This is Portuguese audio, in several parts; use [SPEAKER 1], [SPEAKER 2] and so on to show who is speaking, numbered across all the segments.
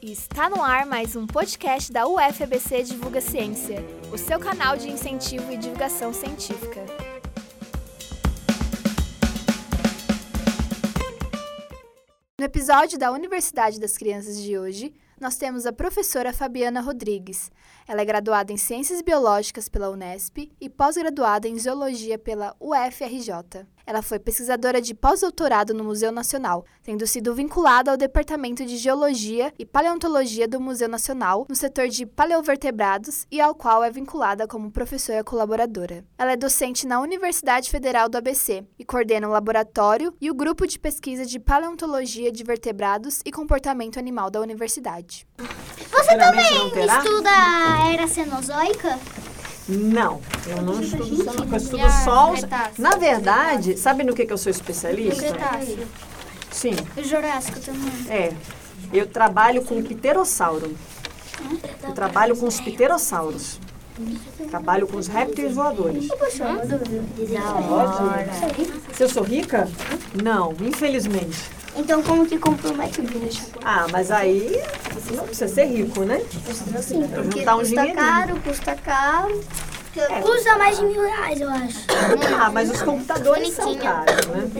[SPEAKER 1] Está no ar mais um podcast da UFABC Divulga Ciência, o seu canal de incentivo e divulgação científica. No episódio da Universidade das Crianças de hoje, nós temos a professora Fabiana Rodrigues. Ela é graduada em Ciências Biológicas pela Unesp e pós-graduada em Zoologia pela UFRJ. Ela foi pesquisadora de pós-doutorado no Museu Nacional, tendo sido vinculada ao Departamento de Geologia e Paleontologia do Museu Nacional, no setor de paleovertebrados e ao qual é vinculada como professora colaboradora. Ela é docente na Universidade Federal do ABC e coordena o laboratório e o grupo de pesquisa de paleontologia de vertebrados e comportamento animal da universidade.
[SPEAKER 2] Você
[SPEAKER 3] Futuramente não
[SPEAKER 2] também
[SPEAKER 3] terá?
[SPEAKER 2] estuda a era cenozoica?
[SPEAKER 3] Não, eu não estudo
[SPEAKER 2] gente,
[SPEAKER 3] só, eu estudo
[SPEAKER 4] Ah,
[SPEAKER 3] só os...
[SPEAKER 4] Cretáceo.
[SPEAKER 3] Na verdade, sabe no que, que eu sou especialista?
[SPEAKER 2] Cretáceo.
[SPEAKER 3] Sim,
[SPEAKER 2] E o Jurássico também.
[SPEAKER 3] é. Eu trabalho com pterossauro. Eu trabalho com os pterossauros. Trabalho com os répteis voadores.
[SPEAKER 2] Hum? é
[SPEAKER 3] Se eu sou rica? Não, infelizmente.
[SPEAKER 2] Então como que comprou o MacBook?
[SPEAKER 3] Ah, mas aí você não precisa ser rico, né?
[SPEAKER 2] Sim, porque
[SPEAKER 3] Juntar um
[SPEAKER 2] custa
[SPEAKER 3] dinheirinho.
[SPEAKER 2] caro, custa caro. É, Custa mais de mil reais, eu acho.
[SPEAKER 3] Ah, mas os computadores são caros, né?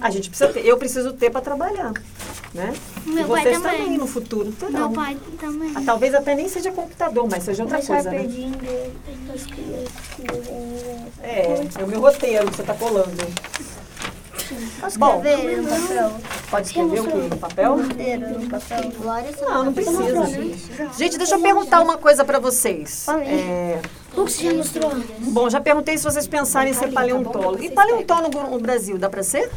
[SPEAKER 3] A gente precisa ter, eu preciso ter para trabalhar, né? e
[SPEAKER 2] Meu pai
[SPEAKER 3] vocês
[SPEAKER 2] também.
[SPEAKER 3] no futuro terão.
[SPEAKER 2] Meu pai também.
[SPEAKER 3] Ah, talvez até nem seja computador, mas seja outra coisa, né?
[SPEAKER 2] né?
[SPEAKER 3] É, é o meu roteiro que você tá colando. Bom,
[SPEAKER 2] Escrever no papel.
[SPEAKER 3] pode escrever o quê? No papel?
[SPEAKER 2] um Escrever no papel. Glória,
[SPEAKER 3] Não, não precisa,
[SPEAKER 2] né?
[SPEAKER 3] gente. Gente, deixa eu perguntar uma coisa para vocês. É,
[SPEAKER 2] O que você já mostrou?
[SPEAKER 3] bom, já perguntei se vocês pensarem em ser
[SPEAKER 2] tá
[SPEAKER 3] paleontólogo. E paleontólogo no Brasil, dá para ser?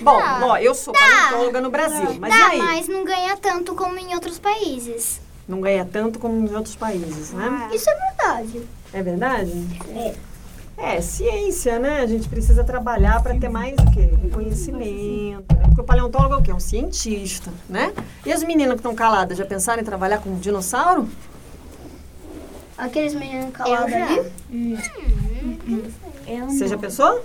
[SPEAKER 3] Bom, ó, eu sou paleontóloga no Brasil, mas e
[SPEAKER 2] Dá,
[SPEAKER 3] aí?
[SPEAKER 2] mas não ganha tanto como em outros países.
[SPEAKER 3] Não ganha tanto como nos outros países, né?
[SPEAKER 2] Isso é verdade.
[SPEAKER 3] É verdade? É. ciência, né? A gente precisa trabalhar para ter mais o quê? Reconhecimento. né? Porque o paleontólogo é o quê? É um cientista, né? E as meninas que estão caladas, já pensaram em trabalhar com dinossauro?
[SPEAKER 2] Aqueles meninos calados ali?
[SPEAKER 3] Você já pensou?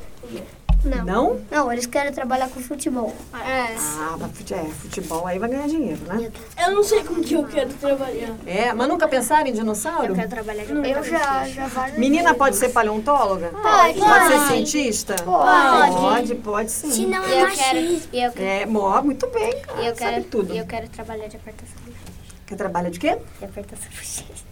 [SPEAKER 2] Não.
[SPEAKER 3] Não?
[SPEAKER 2] Não, eles querem trabalhar com futebol.
[SPEAKER 3] Ah, mas fute- é, futebol aí vai ganhar dinheiro, né?
[SPEAKER 5] Eu não sei com que eu quero trabalhar.
[SPEAKER 3] É, mas nunca pensaram em dinossauro?
[SPEAKER 2] Eu já, já vários.
[SPEAKER 3] Menina pode ser paleontóloga?
[SPEAKER 2] Pode.
[SPEAKER 3] Pode ser cientista? Pode. Pode, pode sim.
[SPEAKER 2] não é
[SPEAKER 4] E eu quero, e eu,
[SPEAKER 3] É, mó, muito bem, cara.
[SPEAKER 4] e eu
[SPEAKER 3] Sabe
[SPEAKER 4] quero,
[SPEAKER 3] tudo.
[SPEAKER 4] e eu quero trabalhar de apertar essa,
[SPEAKER 3] Quer trabalhar de quê?
[SPEAKER 4] de apertar essa bochecha.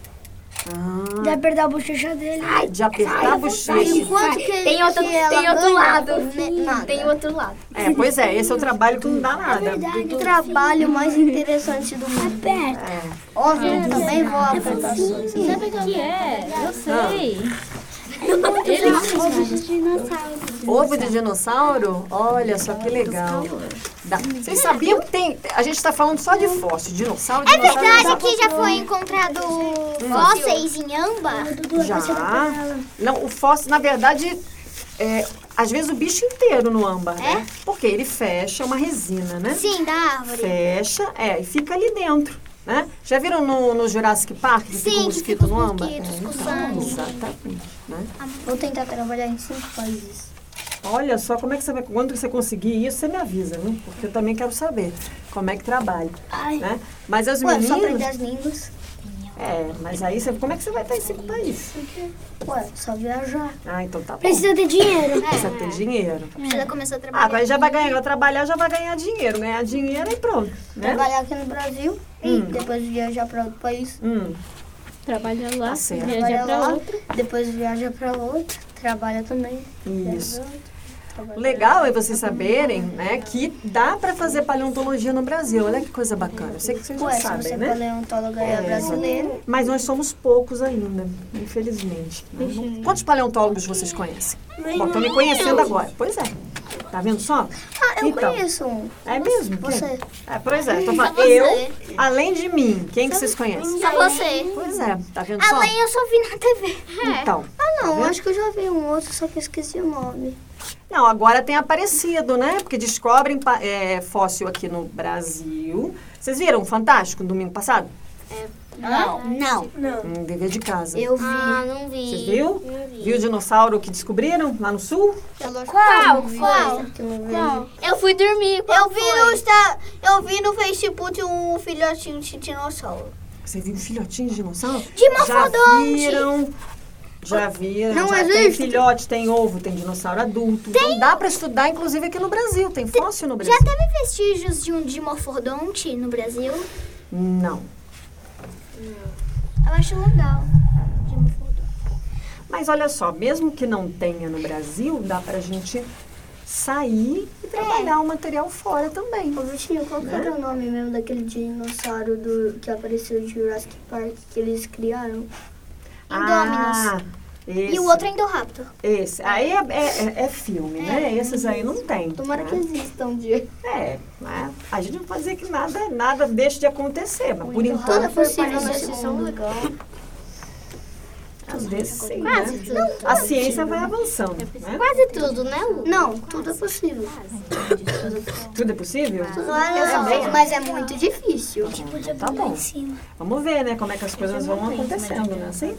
[SPEAKER 3] Ah,
[SPEAKER 2] Deve perder a bochecha dele.
[SPEAKER 3] de apertar a bochecha.
[SPEAKER 2] Enquanto que
[SPEAKER 4] Tem outro,
[SPEAKER 2] que ela
[SPEAKER 4] tem outro
[SPEAKER 2] ganha,
[SPEAKER 4] lado,
[SPEAKER 2] né, nada.
[SPEAKER 4] tem outro lado.
[SPEAKER 3] É, pois é, esse é o trabalho que não dá
[SPEAKER 2] É
[SPEAKER 3] nada.
[SPEAKER 2] O trabalho mais interessante do mundo. Aperta. Óbvio, eu também
[SPEAKER 4] É
[SPEAKER 2] vou apertar.
[SPEAKER 3] Ovo de dinossauro? Olha só que legal. Dá. Vocês sabiam que tem. A gente tá falando só de fóssil, dinossauro,
[SPEAKER 2] É
[SPEAKER 3] dinossauro.
[SPEAKER 2] verdade que já foi encontrado fósseis em amba?
[SPEAKER 3] Já. Não, o fóssil, na verdade, é, às vezes o bicho inteiro no âmbar, né? Porque ele fecha uma resina, né?
[SPEAKER 2] É? Sim, da árvore.
[SPEAKER 3] Fecha, é, e fica ali dentro. Né? Já viram no, no Jurassic Park que
[SPEAKER 2] Sim,
[SPEAKER 3] fica um
[SPEAKER 2] que
[SPEAKER 3] mosquito
[SPEAKER 2] fica os
[SPEAKER 3] no âmbar?
[SPEAKER 2] mosquitos
[SPEAKER 3] É, então,
[SPEAKER 2] coçando.
[SPEAKER 3] exatamente. Né?
[SPEAKER 2] Vou tentar trabalhar em cinco países.
[SPEAKER 3] Olha só, como é que você vai. Quando você conseguir isso, você me avisa, viu? Porque eu também quero saber como é que trabalha.
[SPEAKER 2] Ai.
[SPEAKER 3] Né? Mas as
[SPEAKER 2] Ué,
[SPEAKER 3] meninas.
[SPEAKER 2] é só aprender as línguas.
[SPEAKER 3] É, mas aí você, como é que você vai estar em cinco países?
[SPEAKER 2] Ué, só viajar. É,
[SPEAKER 3] Ah, então tá bom. Precisa
[SPEAKER 2] Precisa de dinheiro.
[SPEAKER 3] ter dinheiro.
[SPEAKER 1] Ela começou a
[SPEAKER 3] Ah,
[SPEAKER 1] trabalhar.
[SPEAKER 3] agora já vai ganhar, vai trabalhar, já vai ganhar dinheiro. Ganhar dinheiro e pronto. Né?
[SPEAKER 2] Trabalhar aqui no Brasil e depois viajar para outro país.
[SPEAKER 3] Hum,
[SPEAKER 5] Trabalha lá,
[SPEAKER 3] Tá certo.
[SPEAKER 5] viaja
[SPEAKER 2] Trabalha
[SPEAKER 5] pra
[SPEAKER 2] lá,
[SPEAKER 5] outro.
[SPEAKER 2] depois viaja para outro. Trabalha também.
[SPEAKER 3] isso. O legal é vocês saberem né, que dá para fazer paleontologia no Brasil. Olha que coisa bacana. Eu sei que vocês já
[SPEAKER 2] Ué, é, se
[SPEAKER 3] sabem,
[SPEAKER 2] você
[SPEAKER 3] né?
[SPEAKER 2] for paleontóloga é.
[SPEAKER 3] É.
[SPEAKER 2] brasileiro,
[SPEAKER 3] Mas nós somos poucos ainda, infelizmente. né? Quantos paleontólogos vocês conhecem? Bom, estão me conhecendo agora. Pois é. Tá vendo só?
[SPEAKER 2] ah, eu
[SPEAKER 3] Então.
[SPEAKER 2] conheço um.
[SPEAKER 3] É mesmo? Quem?
[SPEAKER 2] Você.
[SPEAKER 3] É, pois é. Tô falando, eu, além de mim, quem que vocês conhecem?
[SPEAKER 1] Só você.
[SPEAKER 3] Pois é. Tá vendo só?
[SPEAKER 2] eu só vi na TV.
[SPEAKER 3] Então.
[SPEAKER 2] Ah,
[SPEAKER 3] tá
[SPEAKER 2] não,
[SPEAKER 3] vendo?
[SPEAKER 2] acho que eu já vi um outro, só que eu esqueci o nome.
[SPEAKER 3] Não, agora tem aparecido, né? Porque descobrem pa- é, fóssil aqui no Brasil. Vocês viram o Fantástico no domingo passado?
[SPEAKER 2] É. Não? Não.
[SPEAKER 3] Um dever de casa.
[SPEAKER 2] Eu vi.
[SPEAKER 4] Ah, não vi.
[SPEAKER 3] Você viu? Viu o dinossauro que descobriram lá no sul?
[SPEAKER 2] Qual?
[SPEAKER 1] Qual? Eu fui dormir.
[SPEAKER 2] Eu vi, no, Insta- eu vi no Facebook um filhotinho de dinossauro.
[SPEAKER 3] Vocês viram filhotinhos de dinossauro? Já
[SPEAKER 2] Dimorfodonte!
[SPEAKER 3] viram. Já viram.
[SPEAKER 2] Não
[SPEAKER 3] já
[SPEAKER 2] é
[SPEAKER 3] tem
[SPEAKER 2] justo?
[SPEAKER 3] filhote, tem ovo, tem dinossauro adulto. Então dá pra estudar, inclusive, aqui no Brasil. Tem fóssil no Brasil.
[SPEAKER 5] Já teve vestígios de um dimorfodonte no Brasil?
[SPEAKER 3] Não.
[SPEAKER 5] Eu acho legal. Dimorfodonte.
[SPEAKER 3] Mas olha só, mesmo que não tenha no Brasil, dá pra gente sair e trabalhar o material fora também.
[SPEAKER 2] Ô, Vitinho, qual que era o nome mesmo daquele dinossauro do, que apareceu em Jurassic Park que eles criaram? Um
[SPEAKER 3] Ah,
[SPEAKER 5] E
[SPEAKER 3] esse,
[SPEAKER 5] o outro é Indoraptor.
[SPEAKER 3] esse. Aí é, é- é- é filme, né? Esses aí não tem.
[SPEAKER 2] Tomara
[SPEAKER 3] né?
[SPEAKER 2] que exista um dia.
[SPEAKER 3] É, mas a gente não pode dizer que nada, nada deixa de acontecer, mas por
[SPEAKER 2] um Toda
[SPEAKER 3] enquanto, é um
[SPEAKER 2] possível
[SPEAKER 5] aparecer
[SPEAKER 2] exceção legal. né?
[SPEAKER 3] às vezes sim, né? A ciência vai avançando, né?
[SPEAKER 5] Quase tudo, né, Lu?
[SPEAKER 2] Não, tudo é possível.
[SPEAKER 3] Tudo é possível?
[SPEAKER 2] Olha só, mas é muito difícil. é
[SPEAKER 3] Tá bom. Vamos ver, né, como é que as coisas vão acontecendo,
[SPEAKER 2] é
[SPEAKER 3] né? Assim?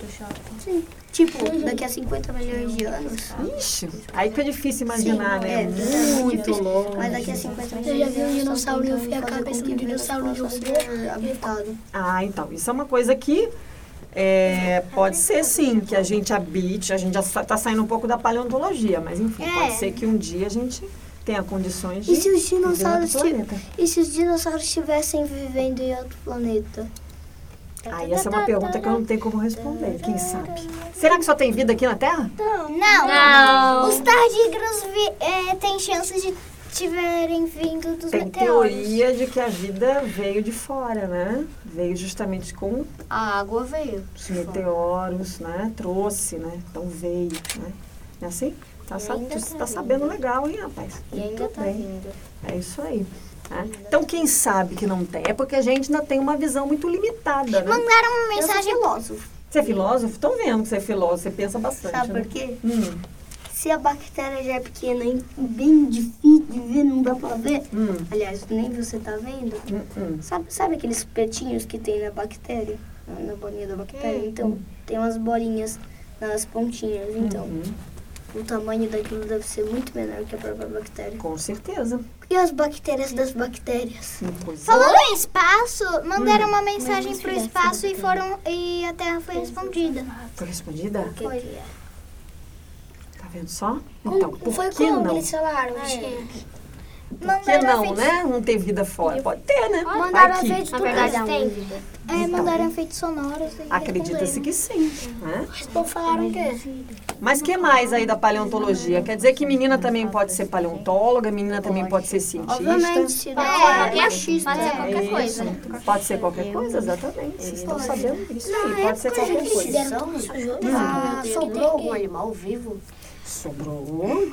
[SPEAKER 2] Tipo, daqui a 50 milhões de anos.
[SPEAKER 3] Ixi, aí fica difícil imaginar, né?
[SPEAKER 2] é,
[SPEAKER 3] Muito longe.
[SPEAKER 2] Mas daqui a 50 milhões de
[SPEAKER 6] Eu
[SPEAKER 2] anos.
[SPEAKER 6] já vi um dinossauro e eu
[SPEAKER 2] tentando
[SPEAKER 6] vi a
[SPEAKER 2] fazer
[SPEAKER 6] cabeça
[SPEAKER 2] com que
[SPEAKER 6] do
[SPEAKER 2] Vênus
[SPEAKER 6] dinossauro e eu
[SPEAKER 2] possa
[SPEAKER 6] vi.
[SPEAKER 2] ser habitado.
[SPEAKER 3] Ah, então, isso é uma coisa que é, pode ser sim, que a gente habite, a gente já está saindo um pouco da paleontologia, mas enfim, pode ser que um dia a gente tenha condições de
[SPEAKER 2] É. E se os
[SPEAKER 3] viver em outro
[SPEAKER 2] dinossauros tivessem.
[SPEAKER 3] planeta.
[SPEAKER 2] E se os dinossauros estivessem vivendo em outro planeta? Tá,
[SPEAKER 3] Aí essa é uma pergunta que eu não tenho como responder, quem sabe. Será que só tem vida aqui na Terra?
[SPEAKER 5] Não. Não. Os tardígrados vi- é, têm chances de tiverem vindo dos
[SPEAKER 3] Tem
[SPEAKER 5] meteoros.
[SPEAKER 3] teoria de que a vida veio de fora, né? Veio justamente com
[SPEAKER 7] A água veio.
[SPEAKER 3] os meteoros, né? Trouxe, né? Então veio, né? Não é assim? Tá, sa-
[SPEAKER 7] ainda
[SPEAKER 3] tu
[SPEAKER 7] tá
[SPEAKER 3] tá sabendo legal, hein, rapaz?
[SPEAKER 7] E ainda
[SPEAKER 3] Muito
[SPEAKER 7] tá
[SPEAKER 3] bem.
[SPEAKER 7] vindo.
[SPEAKER 3] É isso aí. tá? Então, quem sabe que não tem? É porque a gente ainda tem uma visão muito limitada, né?
[SPEAKER 5] Mandaram uma mensagem
[SPEAKER 2] filósofo.
[SPEAKER 3] Você é filósofo? Estão vendo que você é filósofo, você pensa bastante,
[SPEAKER 2] Sabe
[SPEAKER 3] né?
[SPEAKER 2] por quê?
[SPEAKER 3] Hum,
[SPEAKER 2] Se a bactéria já é pequena e bem difícil de ver, não dá pra ver.
[SPEAKER 3] hum,
[SPEAKER 2] Aliás, nem você tá vendo.
[SPEAKER 3] hum, hum.
[SPEAKER 2] Sabe, sabe aqueles petinhos que tem na bactéria? Na- Na bolinha da
[SPEAKER 3] Hum.
[SPEAKER 2] bactéria? Então, tem umas bolinhas nas pontinhas. Então,
[SPEAKER 3] Uhum,
[SPEAKER 2] o tamanho daquilo deve ser muito menor que a própria bactéria.
[SPEAKER 3] com certeza.
[SPEAKER 2] E as bactérias das bactérias?
[SPEAKER 3] Sim, coisa.
[SPEAKER 5] Falando em espaço, mandaram
[SPEAKER 3] Hum.
[SPEAKER 5] uma mensagem pro espaço e foram e a Terra foi respondida.
[SPEAKER 3] Foi respondida?
[SPEAKER 5] Foi.
[SPEAKER 3] Tá vendo só? Então, por que não? né?
[SPEAKER 5] falaram,
[SPEAKER 3] Por que não, né? Não ter vida fora. Pode ter, né?
[SPEAKER 5] Mandaram
[SPEAKER 3] Aqui.
[SPEAKER 5] efeitos
[SPEAKER 7] Na verdade,
[SPEAKER 5] sonoros.
[SPEAKER 2] Então.
[SPEAKER 7] tem
[SPEAKER 5] Tem. É, mandaram efeitos sonoros. e
[SPEAKER 3] Acredita-se que sim, né?
[SPEAKER 5] responderam. Falaram que
[SPEAKER 3] Mas que mais aí da paleontologia? Quer dizer que menina também pode
[SPEAKER 5] né?
[SPEAKER 3] ser paleontóloga, menina também pode ser cientista?
[SPEAKER 2] Obviamente, se
[SPEAKER 5] É,
[SPEAKER 2] não for-
[SPEAKER 5] é machista.
[SPEAKER 2] né?
[SPEAKER 5] Mas é
[SPEAKER 3] É
[SPEAKER 5] qualquer
[SPEAKER 3] isso.
[SPEAKER 5] coisa.
[SPEAKER 3] Pode ser qualquer coisa, exatamente. Vocês estão sabendo disso aí. Pode ser qualquer coisa.
[SPEAKER 7] Precisamos?
[SPEAKER 2] Ah,
[SPEAKER 7] Sobrou algum animal vivo?
[SPEAKER 3] Sobrou.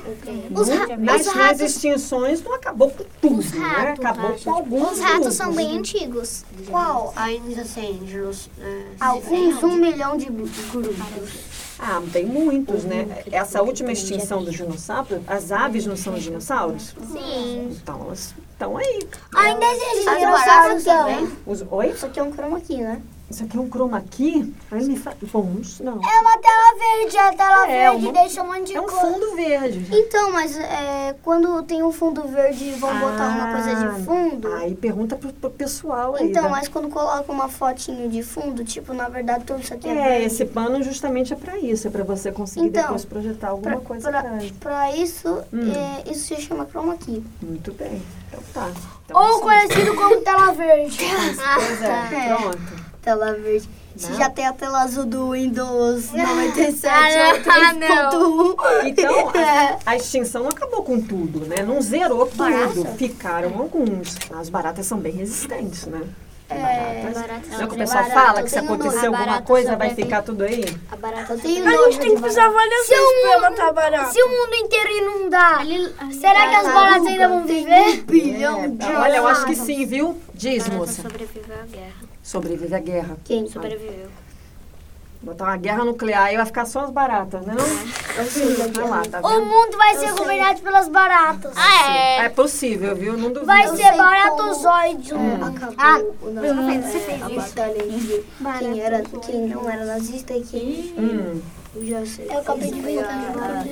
[SPEAKER 5] Os, ra-
[SPEAKER 3] Nas
[SPEAKER 5] os
[SPEAKER 3] suas
[SPEAKER 5] ratos,
[SPEAKER 3] extinções não acabou com tudo, né?
[SPEAKER 7] ratos,
[SPEAKER 3] Acabou com alguns.
[SPEAKER 5] os ratos
[SPEAKER 3] grupos.
[SPEAKER 5] são bem antigos.
[SPEAKER 2] Qual?
[SPEAKER 7] Ainda assim, dinos- é,
[SPEAKER 2] Alguns um milhão de gru- grupos.
[SPEAKER 3] Ah, tem muitos, né? Essa última extinção dos dinossauros, as aves não são dinossauros?
[SPEAKER 5] Sim.
[SPEAKER 3] Então elas estão aí.
[SPEAKER 5] Ainda existe
[SPEAKER 2] Ah,
[SPEAKER 5] dinossauro
[SPEAKER 2] dinossauros também.
[SPEAKER 3] Os, oi?
[SPEAKER 2] Isso aqui é um chroma aqui, né?
[SPEAKER 3] Isso aqui é um chroma key? Aí me fala. Bons, não.
[SPEAKER 5] É uma tela verde, a tela
[SPEAKER 3] É,
[SPEAKER 5] verde
[SPEAKER 3] uma-
[SPEAKER 5] deixa um monte de
[SPEAKER 3] É um
[SPEAKER 5] cor.
[SPEAKER 3] fundo verde. gente.
[SPEAKER 2] Então, mas é, quando tem um fundo verde e vão botar uma coisa
[SPEAKER 3] Ah,
[SPEAKER 2] de fundo.
[SPEAKER 3] Aí pergunta pro, pro pessoal aí.
[SPEAKER 2] Então,
[SPEAKER 3] da-
[SPEAKER 2] mas quando coloca uma fotinho de fundo, tipo, na verdade tudo isso aqui é,
[SPEAKER 3] É,
[SPEAKER 2] verde.
[SPEAKER 3] esse pano justamente é pra isso, é pra você conseguir
[SPEAKER 2] Então,
[SPEAKER 3] depois projetar alguma
[SPEAKER 2] pra-
[SPEAKER 3] coisa
[SPEAKER 2] pra-
[SPEAKER 3] atrás.
[SPEAKER 2] Pra isso,
[SPEAKER 3] Hum.
[SPEAKER 2] é, isso se chama chroma aqui.
[SPEAKER 3] Muito bem. Então tá. Então,
[SPEAKER 2] Ou
[SPEAKER 3] assim,
[SPEAKER 2] conhecido como tela verde.
[SPEAKER 3] pois é,
[SPEAKER 2] É.
[SPEAKER 3] pronto.
[SPEAKER 2] tela verde. Se já tem a tela azul do Windows 97
[SPEAKER 5] Ah,
[SPEAKER 2] ou 3.1.
[SPEAKER 3] Então,
[SPEAKER 2] É.
[SPEAKER 3] a, a extinção não acabou com tudo, né? Não zerou tudo. Ficaram alguns. As baratas são bem resistentes, né? Baratas.
[SPEAKER 7] baratas
[SPEAKER 3] não é que o
[SPEAKER 7] são-
[SPEAKER 3] pessoal
[SPEAKER 2] barata,
[SPEAKER 3] fala
[SPEAKER 2] eu
[SPEAKER 3] que se
[SPEAKER 2] tenho
[SPEAKER 3] acontecer
[SPEAKER 7] nojo. A
[SPEAKER 3] alguma
[SPEAKER 7] barata
[SPEAKER 3] coisa vai
[SPEAKER 7] sobrevive.
[SPEAKER 3] ficar tudo aí?
[SPEAKER 7] A barata
[SPEAKER 2] Eu tenho
[SPEAKER 7] também.
[SPEAKER 2] nojo de barata.
[SPEAKER 5] Se o mundo inteiro inundar, será que as baratas ainda vão viver?
[SPEAKER 3] É, olha, eu acho que sim, viu? Diz, moça.
[SPEAKER 7] sobreviveu à guerra.
[SPEAKER 3] Sobrevive à guerra.
[SPEAKER 2] Quem?
[SPEAKER 7] Sobreviveu.
[SPEAKER 3] Botar uma guerra nuclear aí vai ficar só as baratas, né? Não?
[SPEAKER 2] Eu sei da
[SPEAKER 3] Vai lá, tá
[SPEAKER 5] É. O
[SPEAKER 3] vendo?
[SPEAKER 5] mundo vai ser governado pelas baratas. Ah,
[SPEAKER 3] É possível, viu? Não duvido.
[SPEAKER 5] Vai ser
[SPEAKER 2] sei
[SPEAKER 5] baratozoide.
[SPEAKER 2] Acabou
[SPEAKER 5] Ah,
[SPEAKER 2] o nazismo, é, a batalha entre quem, era, quem não era nazista e quem...
[SPEAKER 3] Hum.
[SPEAKER 2] Eu já sei.
[SPEAKER 5] Eu acabei de
[SPEAKER 2] Foi a-
[SPEAKER 5] perguntar.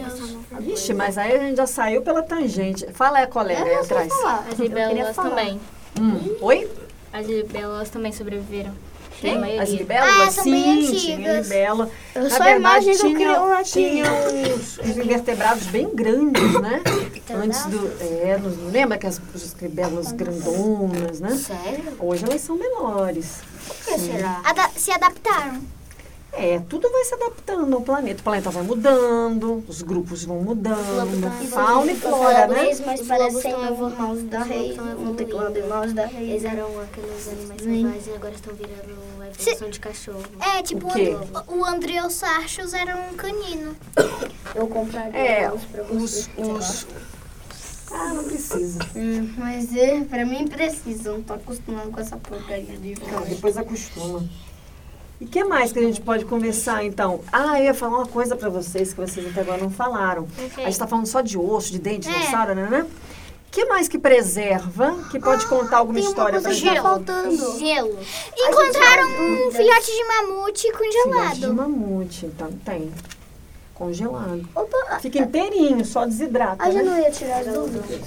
[SPEAKER 2] Tá.
[SPEAKER 3] Vixe, mas aí a gente já saiu pela tangente. Fala aí, colega, aí atrás.
[SPEAKER 7] As libélulas também.
[SPEAKER 3] Hum. Oi?
[SPEAKER 7] As libélulas também sobreviveram.
[SPEAKER 3] Tem?
[SPEAKER 5] É
[SPEAKER 3] As libelas?
[SPEAKER 2] Ah, são bem
[SPEAKER 3] Sim, tinha
[SPEAKER 2] antigas.
[SPEAKER 3] libela.
[SPEAKER 8] Eu
[SPEAKER 3] Na
[SPEAKER 8] só
[SPEAKER 3] verdade,
[SPEAKER 8] imagem que eu
[SPEAKER 3] tinha,
[SPEAKER 2] um
[SPEAKER 8] criou lá
[SPEAKER 3] tinha uns, uns invertebrados bem grandes, né? Antes do... É, não não lembra que as, as libelas grandonas, né?
[SPEAKER 7] Sério?
[SPEAKER 3] Hoje elas são menores.
[SPEAKER 7] Por que será?
[SPEAKER 2] Ada- se adaptaram.
[SPEAKER 3] É, tudo vai se adaptando ao planeta. O planeta vai mudando, os grupos vão mudando, fauna e flora, né?
[SPEAKER 8] Inglês, mas
[SPEAKER 7] Os
[SPEAKER 8] parece
[SPEAKER 7] lobos
[SPEAKER 8] sem
[SPEAKER 7] tão
[SPEAKER 8] os mãos da
[SPEAKER 7] os lobos
[SPEAKER 8] rei,
[SPEAKER 7] tão
[SPEAKER 8] um
[SPEAKER 7] evoluindo.
[SPEAKER 8] teclado e mãos
[SPEAKER 2] né?
[SPEAKER 8] da rei.
[SPEAKER 7] Eles eram aqueles animais selvagens e agora estão virando a evolução de cachorro.
[SPEAKER 2] É, tipo,
[SPEAKER 3] O quê?
[SPEAKER 2] o, o Andreossarchus era um canino.
[SPEAKER 8] Eu compraria
[SPEAKER 3] É,
[SPEAKER 8] uns pra você.
[SPEAKER 3] os, os... Ah, não precisa.
[SPEAKER 8] Hum, mas é, pra mim precisa, eu não tô acostumado com essa porcaria de
[SPEAKER 3] Ah,
[SPEAKER 8] cão.
[SPEAKER 3] depois acostuma. E o que mais que a gente pode conversar, então? Ah, eu ia falar uma coisa pra vocês que vocês até agora não falaram. A gente tá falando só de osso, de dente, de dinossauro, né? né? O que mais que preserva, que pode contar alguma história pra gente?
[SPEAKER 8] faltando.
[SPEAKER 7] Gelo.
[SPEAKER 2] tá Encontraram um filhote de mamute
[SPEAKER 3] Filhote de
[SPEAKER 2] congelado.
[SPEAKER 3] mamute, então tem. Congelado. Fica inteirinho, só desidrata,
[SPEAKER 8] A gente
[SPEAKER 3] né?
[SPEAKER 8] não ia tirar as dúvidas?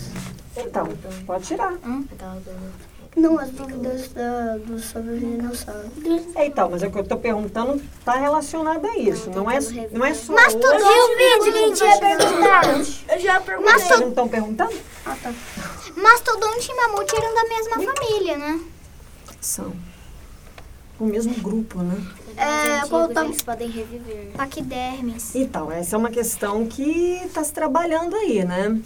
[SPEAKER 3] Então, pode tirar.
[SPEAKER 7] Eu tava dando-
[SPEAKER 8] Não, as dúvidas da, do, sobre os dinossauros.
[SPEAKER 3] É, então, mas é o que eu tô perguntando tá relacionado a isso. Não é, não é só osso.
[SPEAKER 2] Eu vi que tinha perguntado.
[SPEAKER 5] Eu já perguntei.
[SPEAKER 3] Vocês não estão perguntando?
[SPEAKER 2] Mastodonte e mamute eram da mesma
[SPEAKER 8] Hum?
[SPEAKER 2] família, né?
[SPEAKER 3] São. O mesmo grupo, né?
[SPEAKER 2] É,
[SPEAKER 7] Os
[SPEAKER 2] qual o
[SPEAKER 7] antigos,
[SPEAKER 2] tam-
[SPEAKER 7] eles podem reviver.
[SPEAKER 2] Paquidermes.
[SPEAKER 3] Então, essa é uma questão que está se trabalhando aí, né?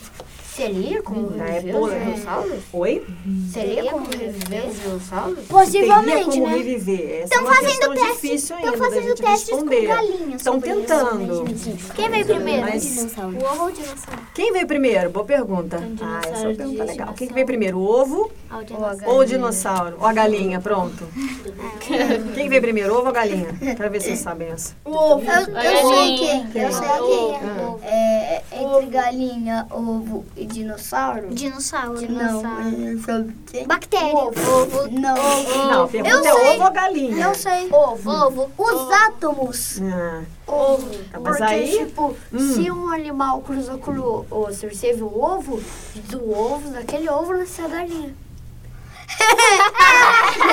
[SPEAKER 7] Seria como
[SPEAKER 3] É,
[SPEAKER 7] reviver
[SPEAKER 3] pô,
[SPEAKER 7] os
[SPEAKER 3] é.
[SPEAKER 7] dinossauros?
[SPEAKER 3] Oi?
[SPEAKER 7] Seria como reviver os dinossauros?
[SPEAKER 2] né?
[SPEAKER 3] Teria como reviver. Essa é uma questão difícil ainda
[SPEAKER 2] Estão
[SPEAKER 3] da
[SPEAKER 2] fazendo
[SPEAKER 3] gente
[SPEAKER 2] testes
[SPEAKER 3] responder.
[SPEAKER 2] com galinhas.
[SPEAKER 3] Estão tentando.
[SPEAKER 2] Quem veio primeiro?
[SPEAKER 3] Mas
[SPEAKER 2] O ovo ou o dinossauro?
[SPEAKER 3] quem veio primeiro? Boa pergunta. Ah, essa é uma pergunta legal. Quem que veio primeiro, o ovo ou o dinossauro? Ou a galinha, pronto. Quem veio primeiro, ovo ou a galinha? Quero ver se vocês sabem essa.
[SPEAKER 8] Eu sei o que, eu sei o que.
[SPEAKER 3] Ah,
[SPEAKER 8] É, entre galinha, ovo e dinossauro?
[SPEAKER 2] Dinossauro.
[SPEAKER 8] Não, é sobre...
[SPEAKER 2] Bactéria.
[SPEAKER 8] Não,
[SPEAKER 3] Não, a pergunta é ovo ou galinha?
[SPEAKER 8] eu sei. Ovo. Os átomos.
[SPEAKER 3] Ah,
[SPEAKER 7] Ovo.
[SPEAKER 3] mas
[SPEAKER 7] Porque,
[SPEAKER 3] aí... Hum.
[SPEAKER 7] tipo, se um animal cruzou com o outro, teve o ovo, do ovo, daquele ovo nasceu a galinha.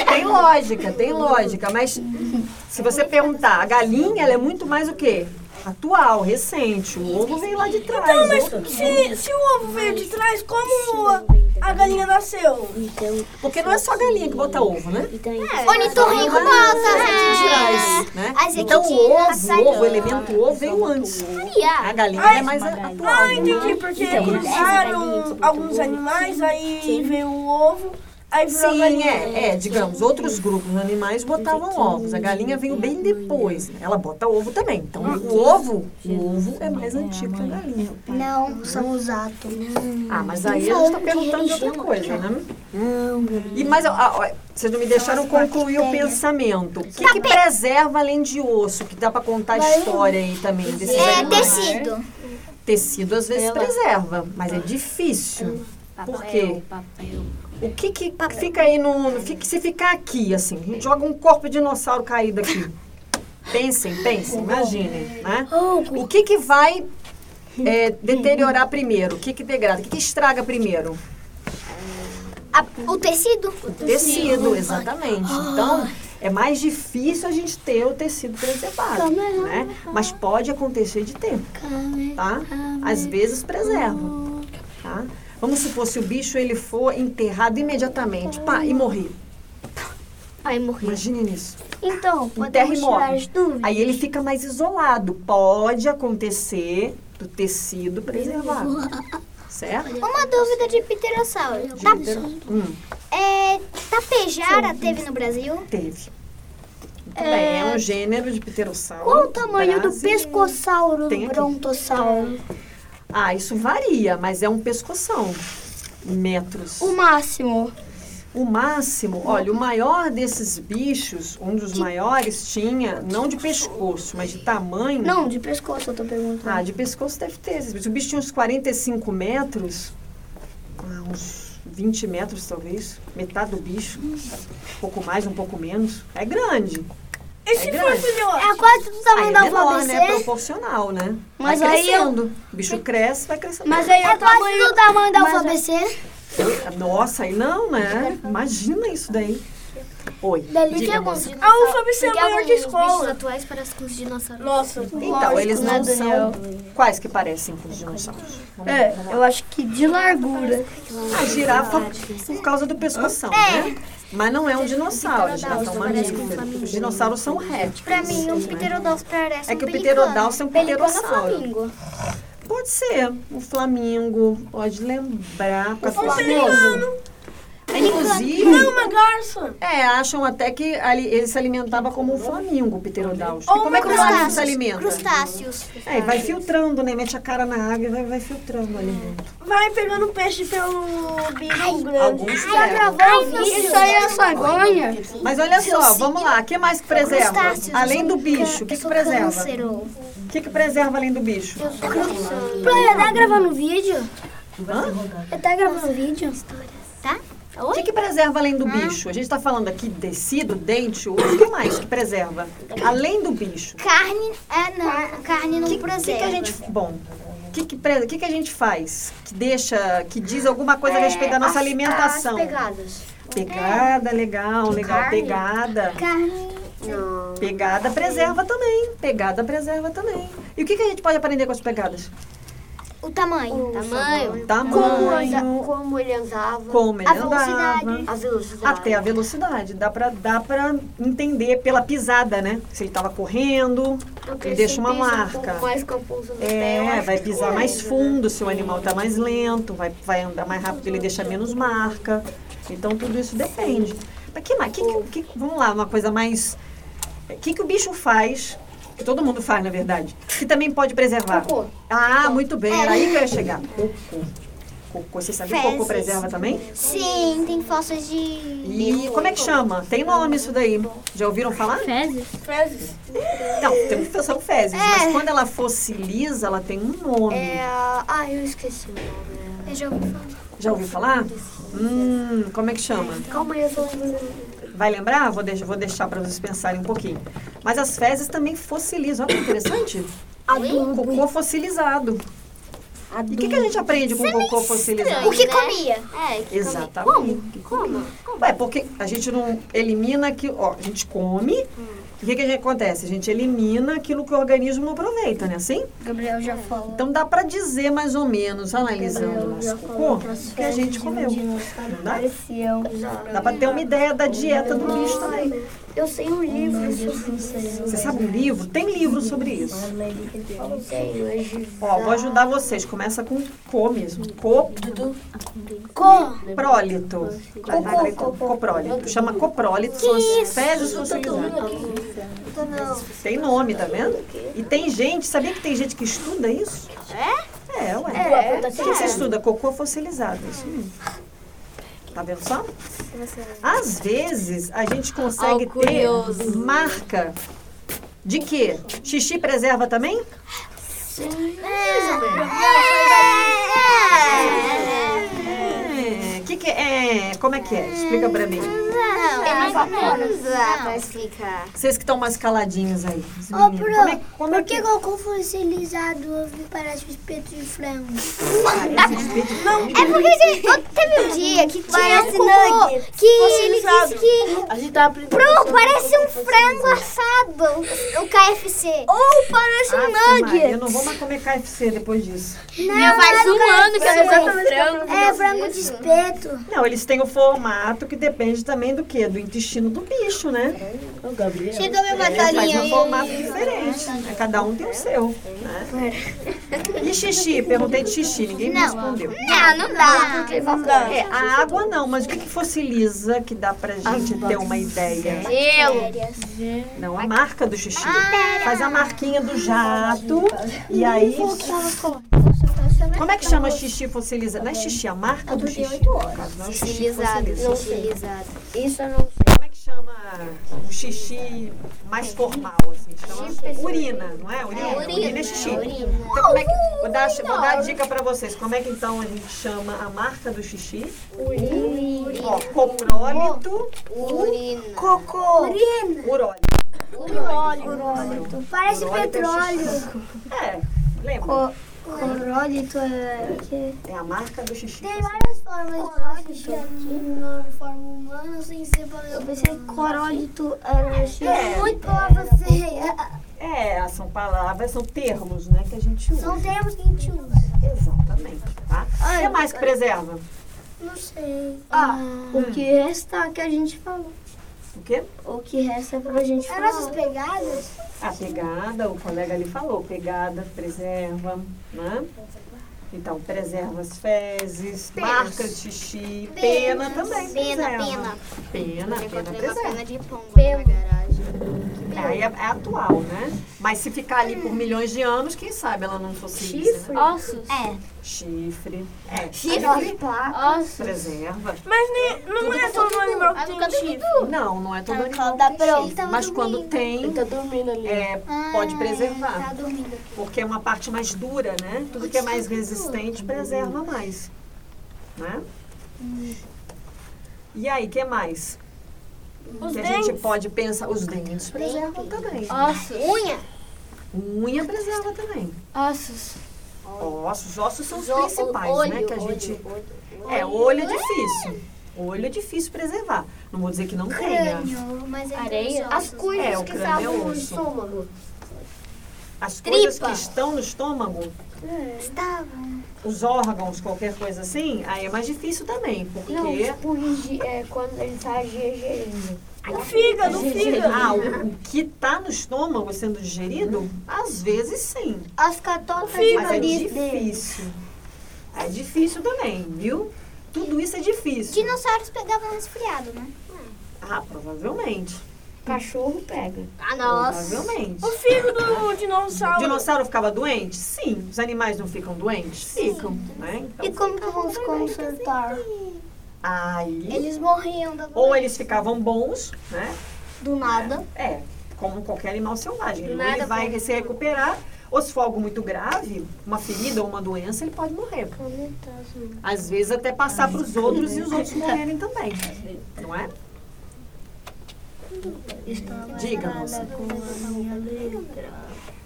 [SPEAKER 3] Tem lógica, tem lógica, mas se você perguntar, a galinha ela é muito mais o quê? Atual, recente. O ovo veio lá de trás.
[SPEAKER 5] Então,
[SPEAKER 3] né? o ovo-
[SPEAKER 5] Se, se o ovo veio de trás, como a, a galinha nasceu?
[SPEAKER 3] Porque não é só a galinha que bota ovo, né?
[SPEAKER 5] Então,
[SPEAKER 2] Ornitorrinco
[SPEAKER 5] é.
[SPEAKER 2] bota.
[SPEAKER 3] Trás, né?
[SPEAKER 2] As
[SPEAKER 3] Então o
[SPEAKER 2] equitinhas,
[SPEAKER 3] ovo,
[SPEAKER 2] as
[SPEAKER 3] o ovo, o elemento ovo veio antes. A galinha é mais a- atual. né? Então,
[SPEAKER 5] Ah, entendi, porque
[SPEAKER 7] Então,
[SPEAKER 5] cruzaram
[SPEAKER 7] tipo, um
[SPEAKER 5] alguns animais, aí veio o ovo, aí virou a
[SPEAKER 3] Sim,
[SPEAKER 5] galinha.
[SPEAKER 3] é, é, digamos, outros grupos de animais botavam ovos. A galinha veio bem depois. né? Ela bota ovo também. Então, o ovo, o ovo é mais antigo que a galinha.
[SPEAKER 8] Não, são os átomos.
[SPEAKER 3] Ah, mas aí eu estou perguntando de outra coisa, né? E mas ó, ó, ó, vocês não me deixaram concluir o pensamento. O que, que preserva além de osso? Que dá para contar a história aí também desses
[SPEAKER 2] É
[SPEAKER 3] animais?
[SPEAKER 2] tecido.
[SPEAKER 3] Tecido às vezes preserva, mas é difícil. Por quê? O que que fica aí no, no- fica- se ficar aqui assim, a gente joga um corpo de dinossauro caído aqui. Pensem, pensem, imaginem, né? O que que vai é, deteriorar primeiro? O que que degrada? O que que estraga primeiro?
[SPEAKER 2] A- o tecido?
[SPEAKER 3] tecido, exatamente.
[SPEAKER 8] Ah.
[SPEAKER 3] Então, é mais difícil a gente ter o tecido preservado, né? Mas pode acontecer de ter, tá? Às vezes
[SPEAKER 8] Hum.
[SPEAKER 3] preserva, tá? Vamos supor se o bicho ele for enterrado imediatamente, pá, e morrer.
[SPEAKER 7] Aí morreu.
[SPEAKER 3] Imagine isso.
[SPEAKER 8] Então,
[SPEAKER 3] Enterra e
[SPEAKER 8] podemos tirar
[SPEAKER 3] morre.
[SPEAKER 8] as dúvidas.
[SPEAKER 3] Aí ele fica mais isolado. Pode acontecer do tecido preservado. Certo?
[SPEAKER 2] Uma dúvida de pterossauro. Tá,
[SPEAKER 3] Hum,
[SPEAKER 2] é, tapejara teve no Brasil?
[SPEAKER 3] teve. Também é um gênero de pterossauro.
[SPEAKER 8] Qual o tamanho do
[SPEAKER 3] brasileiro.
[SPEAKER 8] pescoçauro
[SPEAKER 3] Tem
[SPEAKER 8] do
[SPEAKER 3] aqui.
[SPEAKER 8] brontossauro?
[SPEAKER 3] Ah, isso varia, mas é um pescoção. Metros.
[SPEAKER 8] O máximo.
[SPEAKER 3] O máximo, olha, o maior desses bichos, um dos maiores, tinha, não de pescoço, mas de tamanho.
[SPEAKER 8] Não, de pescoço eu tô perguntando.
[SPEAKER 3] Ah, de pescoço deve ter. esses bichos. O bicho tinha uns 45 metros, ah, uns 20 metros talvez, metade do bicho. Um pouco mais, um pouco menos. É grande.
[SPEAKER 5] E se
[SPEAKER 3] É
[SPEAKER 5] for
[SPEAKER 3] grande.
[SPEAKER 5] filhote?
[SPEAKER 2] É quase do
[SPEAKER 3] Aí
[SPEAKER 2] tamanho
[SPEAKER 3] é
[SPEAKER 2] da
[SPEAKER 3] menor, né? É
[SPEAKER 2] UABC.
[SPEAKER 3] proporcional, né?
[SPEAKER 8] Mas
[SPEAKER 3] vai
[SPEAKER 8] aí eu-
[SPEAKER 3] crescendo. O bicho cresce, vai crescendo.
[SPEAKER 5] Mas aí
[SPEAKER 2] É
[SPEAKER 5] o
[SPEAKER 2] quase
[SPEAKER 5] tamanho...
[SPEAKER 2] do tamanho da UFABC.
[SPEAKER 3] Nossa, aí não, né? Imagina isso daí. Oi.
[SPEAKER 2] Dali que
[SPEAKER 3] diga,
[SPEAKER 2] alguns
[SPEAKER 3] moça.
[SPEAKER 5] Ah,
[SPEAKER 2] dinossauros.
[SPEAKER 5] eu só me
[SPEAKER 2] Porque
[SPEAKER 5] melhor
[SPEAKER 2] alguns
[SPEAKER 5] que
[SPEAKER 2] bichos
[SPEAKER 5] escola.
[SPEAKER 2] atuais parecem com os dinossauros.
[SPEAKER 5] Nossa,
[SPEAKER 3] Então, eles
[SPEAKER 8] né,
[SPEAKER 3] não
[SPEAKER 8] Daniel?
[SPEAKER 3] são quais que parecem com os dinossauros. Vamos lá,
[SPEAKER 8] É,
[SPEAKER 3] vamos lá.
[SPEAKER 8] eu acho que de largura.
[SPEAKER 3] A girafa por causa do pescoção, né? Mas não é um dinossauro, a girafa é um mamífero. Os dinossauros são répteis.
[SPEAKER 2] Pra mim, um pterodonto parece
[SPEAKER 3] É
[SPEAKER 2] um
[SPEAKER 3] que o
[SPEAKER 2] pelicano.
[SPEAKER 3] pterodonto é um
[SPEAKER 2] Pelicano
[SPEAKER 3] pterossauro.
[SPEAKER 2] flamingo.
[SPEAKER 3] Pode ser. O Flamingo, pode lembrar. O
[SPEAKER 5] Tá Flamingo.
[SPEAKER 3] Inclusive,
[SPEAKER 5] é uma garça.
[SPEAKER 3] é, acham até que ali, ele se alimentava como um flamingo, o pterodausto.
[SPEAKER 5] Ou
[SPEAKER 3] E como é que o flamingo se
[SPEAKER 2] Crustáceos.
[SPEAKER 3] alimenta?
[SPEAKER 2] Crustáceos.
[SPEAKER 3] É, e vai filtrando, né? Mete a cara na água e vai, vai filtrando
[SPEAKER 2] Hum.
[SPEAKER 3] ali dentro.
[SPEAKER 5] Vai pegando peixe pelo bico grande.
[SPEAKER 3] Alguns pegam.
[SPEAKER 7] Isso aí é cegonha?
[SPEAKER 3] Mas olha só, vamos lá. O que mais que preserva?
[SPEAKER 2] Crustáceos.
[SPEAKER 3] Além do bicho,
[SPEAKER 2] Eu
[SPEAKER 3] o que, que
[SPEAKER 2] sou um
[SPEAKER 3] preserva?
[SPEAKER 2] câncer, ô.
[SPEAKER 3] O que, que preserva além do bicho?
[SPEAKER 2] Tá gravando vídeo?
[SPEAKER 3] Hã?
[SPEAKER 2] Tá gravando vídeo? Tá?
[SPEAKER 3] O que, que preserva além do bicho? A gente está falando aqui de tecido, dente, osso. O que mais que preserva? Além do bicho.
[SPEAKER 2] Carne, é, não. Carne não
[SPEAKER 3] que, que que a
[SPEAKER 2] preserva.
[SPEAKER 3] gente bom que que, pre- que que a gente faz que deixa que diz alguma
[SPEAKER 2] É,
[SPEAKER 3] coisa a respeito da nossa alimentação
[SPEAKER 7] pegadas.
[SPEAKER 3] pegada legal legal pegada
[SPEAKER 2] Carne.
[SPEAKER 3] pegada preserva também pegada preserva também e o que que a gente pode aprender com as pegadas
[SPEAKER 2] O tamanho.
[SPEAKER 7] Tamanho. Como, anda-
[SPEAKER 3] tamanho
[SPEAKER 7] como ele andava.
[SPEAKER 3] como ele
[SPEAKER 2] A
[SPEAKER 3] andava
[SPEAKER 2] velocidade.
[SPEAKER 7] A velocidade.
[SPEAKER 3] até Ah, a velocidade dá pra dá para entender pela pisada né se ele estava correndo
[SPEAKER 7] Porque
[SPEAKER 3] ele deixa
[SPEAKER 7] se
[SPEAKER 3] uma
[SPEAKER 7] pisa um
[SPEAKER 3] marca
[SPEAKER 7] pouco mais com a pulsa no pé, eu
[SPEAKER 3] É,
[SPEAKER 7] acho
[SPEAKER 3] vai
[SPEAKER 7] que
[SPEAKER 3] pisar
[SPEAKER 7] coisa,
[SPEAKER 3] mais
[SPEAKER 7] né?
[SPEAKER 3] fundo, se o animal tá mais lento, vai, vai andar mais rápido, ele deixa menos marca. Então tudo isso depende. Mas que, mais? que, que, que- vamos lá, uma coisa mais. O que, que o bicho faz? Que todo mundo faz, na verdade. Que também pode preservar.
[SPEAKER 7] Cocô.
[SPEAKER 3] Ah, muito bem. Era aí que eu ia chegar. Cocô. Cocô. Você sabe que cocô
[SPEAKER 2] Fezes.
[SPEAKER 3] preserva também?
[SPEAKER 2] Sim, tem fósseis de.
[SPEAKER 3] E como é que chama? Tem nome isso daí. Já ouviram falar?
[SPEAKER 5] Fezes.
[SPEAKER 3] Não, tem são fezes. Mas quando ela fossiliza, ela tem um nome.
[SPEAKER 7] É, ah, eu esqueci o nome.
[SPEAKER 2] Eu já ouvi falar.
[SPEAKER 3] Já ouviu falar? Hum, como é que chama?
[SPEAKER 7] Calma aí, eu tô lembrando.
[SPEAKER 3] Vai lembrar? Vou, deix- vou deixar para vocês pensarem um pouquinho. Mas as fezes também fossilizam. Olha que interessante. Cocô fossilizado. E o que, que a gente aprende com cocô fossilizado?
[SPEAKER 2] O que comia? É, que
[SPEAKER 3] Exatamente. Como? É, porque a gente não elimina aquilo. Ó, a gente come. E o que, que a gente acontece? A gente elimina aquilo que o organismo não aproveita, né? Assim?
[SPEAKER 8] Gabriel já falou.
[SPEAKER 3] Então dá para dizer mais ou menos, analisando o
[SPEAKER 8] Gabriel já
[SPEAKER 3] nosso
[SPEAKER 8] falou
[SPEAKER 3] cocô,
[SPEAKER 8] que as
[SPEAKER 3] o que a gente
[SPEAKER 8] fezes
[SPEAKER 3] comeu.
[SPEAKER 8] de um dinossauro
[SPEAKER 3] Não dá?
[SPEAKER 8] Pareciam.
[SPEAKER 3] Dá pra ter uma ideia da dieta do bicho também.
[SPEAKER 7] Eu sei um livro sobre
[SPEAKER 3] Você sabe um livro? Tem livro sobre isso.
[SPEAKER 7] isso.
[SPEAKER 3] Ó, vou ajudar vocês. Começa com co mesmo. Co,
[SPEAKER 2] Com.
[SPEAKER 3] prólito. tá, Coprólito. Chama coprólito. São as fezes fossilizadas. Tem nome, Então, tá vendo? E tem gente, sabia que tem gente que estuda isso? É? É, ué. O que que você estuda? Cocô fossilizado. Isso mesmo. Tá vendo só? Às vezes, a gente
[SPEAKER 9] Algo
[SPEAKER 3] consegue ter
[SPEAKER 9] curioso.
[SPEAKER 3] marca de quê? Xixi preserva também? É, que que é? Como é que é? Explica pra mim.
[SPEAKER 2] Não,
[SPEAKER 3] Vocês que estão mais caladinhos aí. os
[SPEAKER 2] Ô,
[SPEAKER 3] meninos.
[SPEAKER 2] Pro,
[SPEAKER 3] como é, como é
[SPEAKER 2] por que cocô fossilizado eu vi parece um espeto de frango? é porque gente, eu- teve um dia que tinha um cocô que ele disse que...
[SPEAKER 9] A gente tá aprendendo.
[SPEAKER 2] Pro, parece um frango assado, o- o KFC. Ou parece
[SPEAKER 3] Ave Maria, Eu não vou mais comer KFC depois disso.
[SPEAKER 9] Meu, faz um ano que eu não como frango.
[SPEAKER 2] É, frango de espeto.
[SPEAKER 3] Não, eles têm o formato que depende também do quê? Do intestino do bicho, né?
[SPEAKER 2] Chega meu
[SPEAKER 3] Faz um formato diferente. né? Cada um tem o seu. Né? E xixi? Perguntei de xixi, ninguém me respondeu.
[SPEAKER 2] Não, não dá.
[SPEAKER 3] É, a água não, mas o que, que fossiliza que dá pra gente ter uma ideia?
[SPEAKER 9] Gelo.
[SPEAKER 3] Não, a marca do xixi. Faz a marquinha do jato e aí. Como é que chama xixi fossilizado? Não é xixi, a marca do xixi. Não, xixi fossilizado.
[SPEAKER 8] Isso eu não
[SPEAKER 3] Como é que chama o xixi mais formal, assim? Chama urina, não é? Urina, urina é xixi. Então, como é que, vou, dar, vou dar a dica pra vocês. Como é que então a gente chama a marca do xixi? Urina. Ó, coprólito. Urina. Cocô. Urina. Urólito. Urólito.
[SPEAKER 2] Parece
[SPEAKER 3] Urólito é xixi. É, lembra?
[SPEAKER 8] Corólito é.
[SPEAKER 3] É a marca do xixi.
[SPEAKER 2] Tem várias formas de chamar forma humana sem ser
[SPEAKER 8] é Eu
[SPEAKER 2] paleontológico.
[SPEAKER 8] pensei que corólito era
[SPEAKER 2] É
[SPEAKER 8] xixi.
[SPEAKER 2] muito palavra feia.
[SPEAKER 3] É, são palavras, são termos, né, que a gente usa.
[SPEAKER 2] São termos que a gente usa.
[SPEAKER 3] Exatamente, tá? O que mais que preserva?
[SPEAKER 2] Não sei.
[SPEAKER 8] Ah,
[SPEAKER 2] Ah.
[SPEAKER 8] O que resta que a gente falou.
[SPEAKER 3] O quê?
[SPEAKER 8] O que resta é pra gente
[SPEAKER 2] As
[SPEAKER 8] falar.
[SPEAKER 2] nossas pegadas,
[SPEAKER 3] A pegada, o colega ali falou, pegada, preserva, né? Então, preserva as fezes, marca de xixi, pena também.
[SPEAKER 9] Pena,
[SPEAKER 8] é.
[SPEAKER 3] preserva.
[SPEAKER 9] pena.
[SPEAKER 3] Pena,
[SPEAKER 9] Eu
[SPEAKER 3] pena,
[SPEAKER 9] encontrei uma
[SPEAKER 3] preserva.
[SPEAKER 9] pena de pombo na minha garagem.
[SPEAKER 3] É, aí é, é atual, né? Mas se ficar ali por milhões de anos, quem sabe ela não fosse Chifre?
[SPEAKER 7] Ossos.
[SPEAKER 3] Chifre. É,
[SPEAKER 7] Chifre. Ossos.
[SPEAKER 3] preserva.
[SPEAKER 5] Mas nem, não é todo animal que tem tipo. chifre.
[SPEAKER 3] Não, não é todo animal
[SPEAKER 8] da
[SPEAKER 3] que tem
[SPEAKER 8] pronta.
[SPEAKER 3] chifre. Mas quando tem,
[SPEAKER 7] Então, tá
[SPEAKER 5] dormindo ali.
[SPEAKER 3] é,
[SPEAKER 2] ah,
[SPEAKER 3] pode preservar.
[SPEAKER 2] tá dormindo aqui.
[SPEAKER 3] Porque é uma parte mais dura, né? Tudo que é mais resistente preserva mais. Né? E aí, o que mais?
[SPEAKER 5] Os
[SPEAKER 3] que a gente
[SPEAKER 5] dentes.
[SPEAKER 3] pode pensar. Os dentes preservam também.
[SPEAKER 7] Ossos.
[SPEAKER 9] Unha?
[SPEAKER 3] Unha preserva também.
[SPEAKER 7] Ossos.
[SPEAKER 3] Ossos, ossos são
[SPEAKER 9] Os
[SPEAKER 3] os
[SPEAKER 9] o-
[SPEAKER 3] principais,
[SPEAKER 9] olho,
[SPEAKER 3] né? Que a
[SPEAKER 9] olho,
[SPEAKER 3] gente. É, olho é difícil. Olho é difícil preservar. Não vou dizer que não tenha.
[SPEAKER 2] Crânio, mas é
[SPEAKER 7] Areia.
[SPEAKER 2] As coisas
[SPEAKER 3] É, o
[SPEAKER 2] que
[SPEAKER 3] crânio é
[SPEAKER 2] estavam no
[SPEAKER 3] osso.
[SPEAKER 2] estômago.
[SPEAKER 3] As coisas que estão no estômago,
[SPEAKER 2] É. Estavam.
[SPEAKER 3] os órgãos, qualquer coisa assim, aí é mais difícil também, porque...
[SPEAKER 7] pus é quando ele tá gerando.
[SPEAKER 5] O fígado, o fígado.
[SPEAKER 3] Ah, o, o que está no estômago sendo digerido, às vezes sim,
[SPEAKER 2] As catotas
[SPEAKER 3] mas é
[SPEAKER 2] nariz
[SPEAKER 3] difícil. É difícil também, viu? Tudo isso é difícil.
[SPEAKER 2] Dinossauros pegavam resfriado, né?
[SPEAKER 3] Ah, provavelmente.
[SPEAKER 7] Cachorro pega.
[SPEAKER 9] Ah, nossa.
[SPEAKER 3] Provavelmente.
[SPEAKER 5] O fígado do dinossauro.
[SPEAKER 3] dinossauro ficava doente? Sim. Os animais não ficam doentes? Ficam, né? Então,
[SPEAKER 2] E como que vão se consertar?
[SPEAKER 3] aí,
[SPEAKER 2] Eles morriam da
[SPEAKER 3] ou eles ficavam bons, né?
[SPEAKER 2] do nada.
[SPEAKER 3] É, como qualquer animal selvagem. Ele,
[SPEAKER 9] Nada
[SPEAKER 3] ele vai se recuperar, ou se for algo muito grave, uma ferida ou uma doença, ele pode morrer. Às vezes até passar para os outros e os outros morrerem também. Não é? Diga, moça.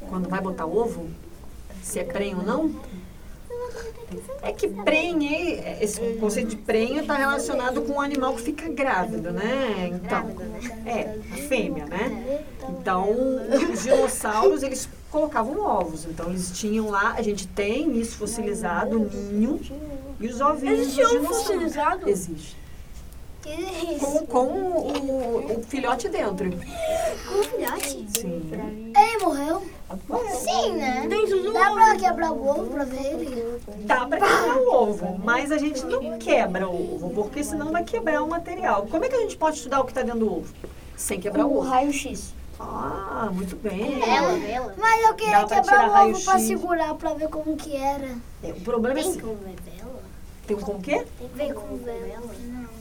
[SPEAKER 3] Quando vai botar ovo, se é prenho ou não? É que prenhe, esse conceito de prenho está relacionado com o animal que fica grávido, né? Então, é, a fêmea, né? Então, os dinossauros, eles colocavam ovos. Então, eles tinham lá, a gente tem isso fossilizado, o ninho e os ovinhos dos
[SPEAKER 5] Existe ovo
[SPEAKER 3] dinossauros.
[SPEAKER 5] fossilizado?
[SPEAKER 3] Existe. Com, com o, o filhote dentro. Sim.
[SPEAKER 2] Ele morreu? Sim, né?
[SPEAKER 5] Dentro do
[SPEAKER 2] Dá
[SPEAKER 5] ovo.
[SPEAKER 2] pra quebrar o ovo pra ver ele?
[SPEAKER 3] Dá pra quebrar o ovo, mas a gente não quebra o ovo, porque senão vai quebrar o material. Como é que a gente pode estudar o que está dentro do ovo? Sem
[SPEAKER 7] É
[SPEAKER 3] quebrar o ovo.
[SPEAKER 5] raio-x.
[SPEAKER 3] Ah, muito bem.
[SPEAKER 9] Ela, ela.
[SPEAKER 2] Mas eu
[SPEAKER 3] Dá
[SPEAKER 2] queria
[SPEAKER 3] pra
[SPEAKER 2] quebrar
[SPEAKER 3] tirar
[SPEAKER 2] o ovo
[SPEAKER 3] raio-x.
[SPEAKER 2] pra segurar, pra ver como que era.
[SPEAKER 3] É, O problema é assim,
[SPEAKER 9] Com vela?
[SPEAKER 3] tem um com o quê?
[SPEAKER 2] Vem com vela.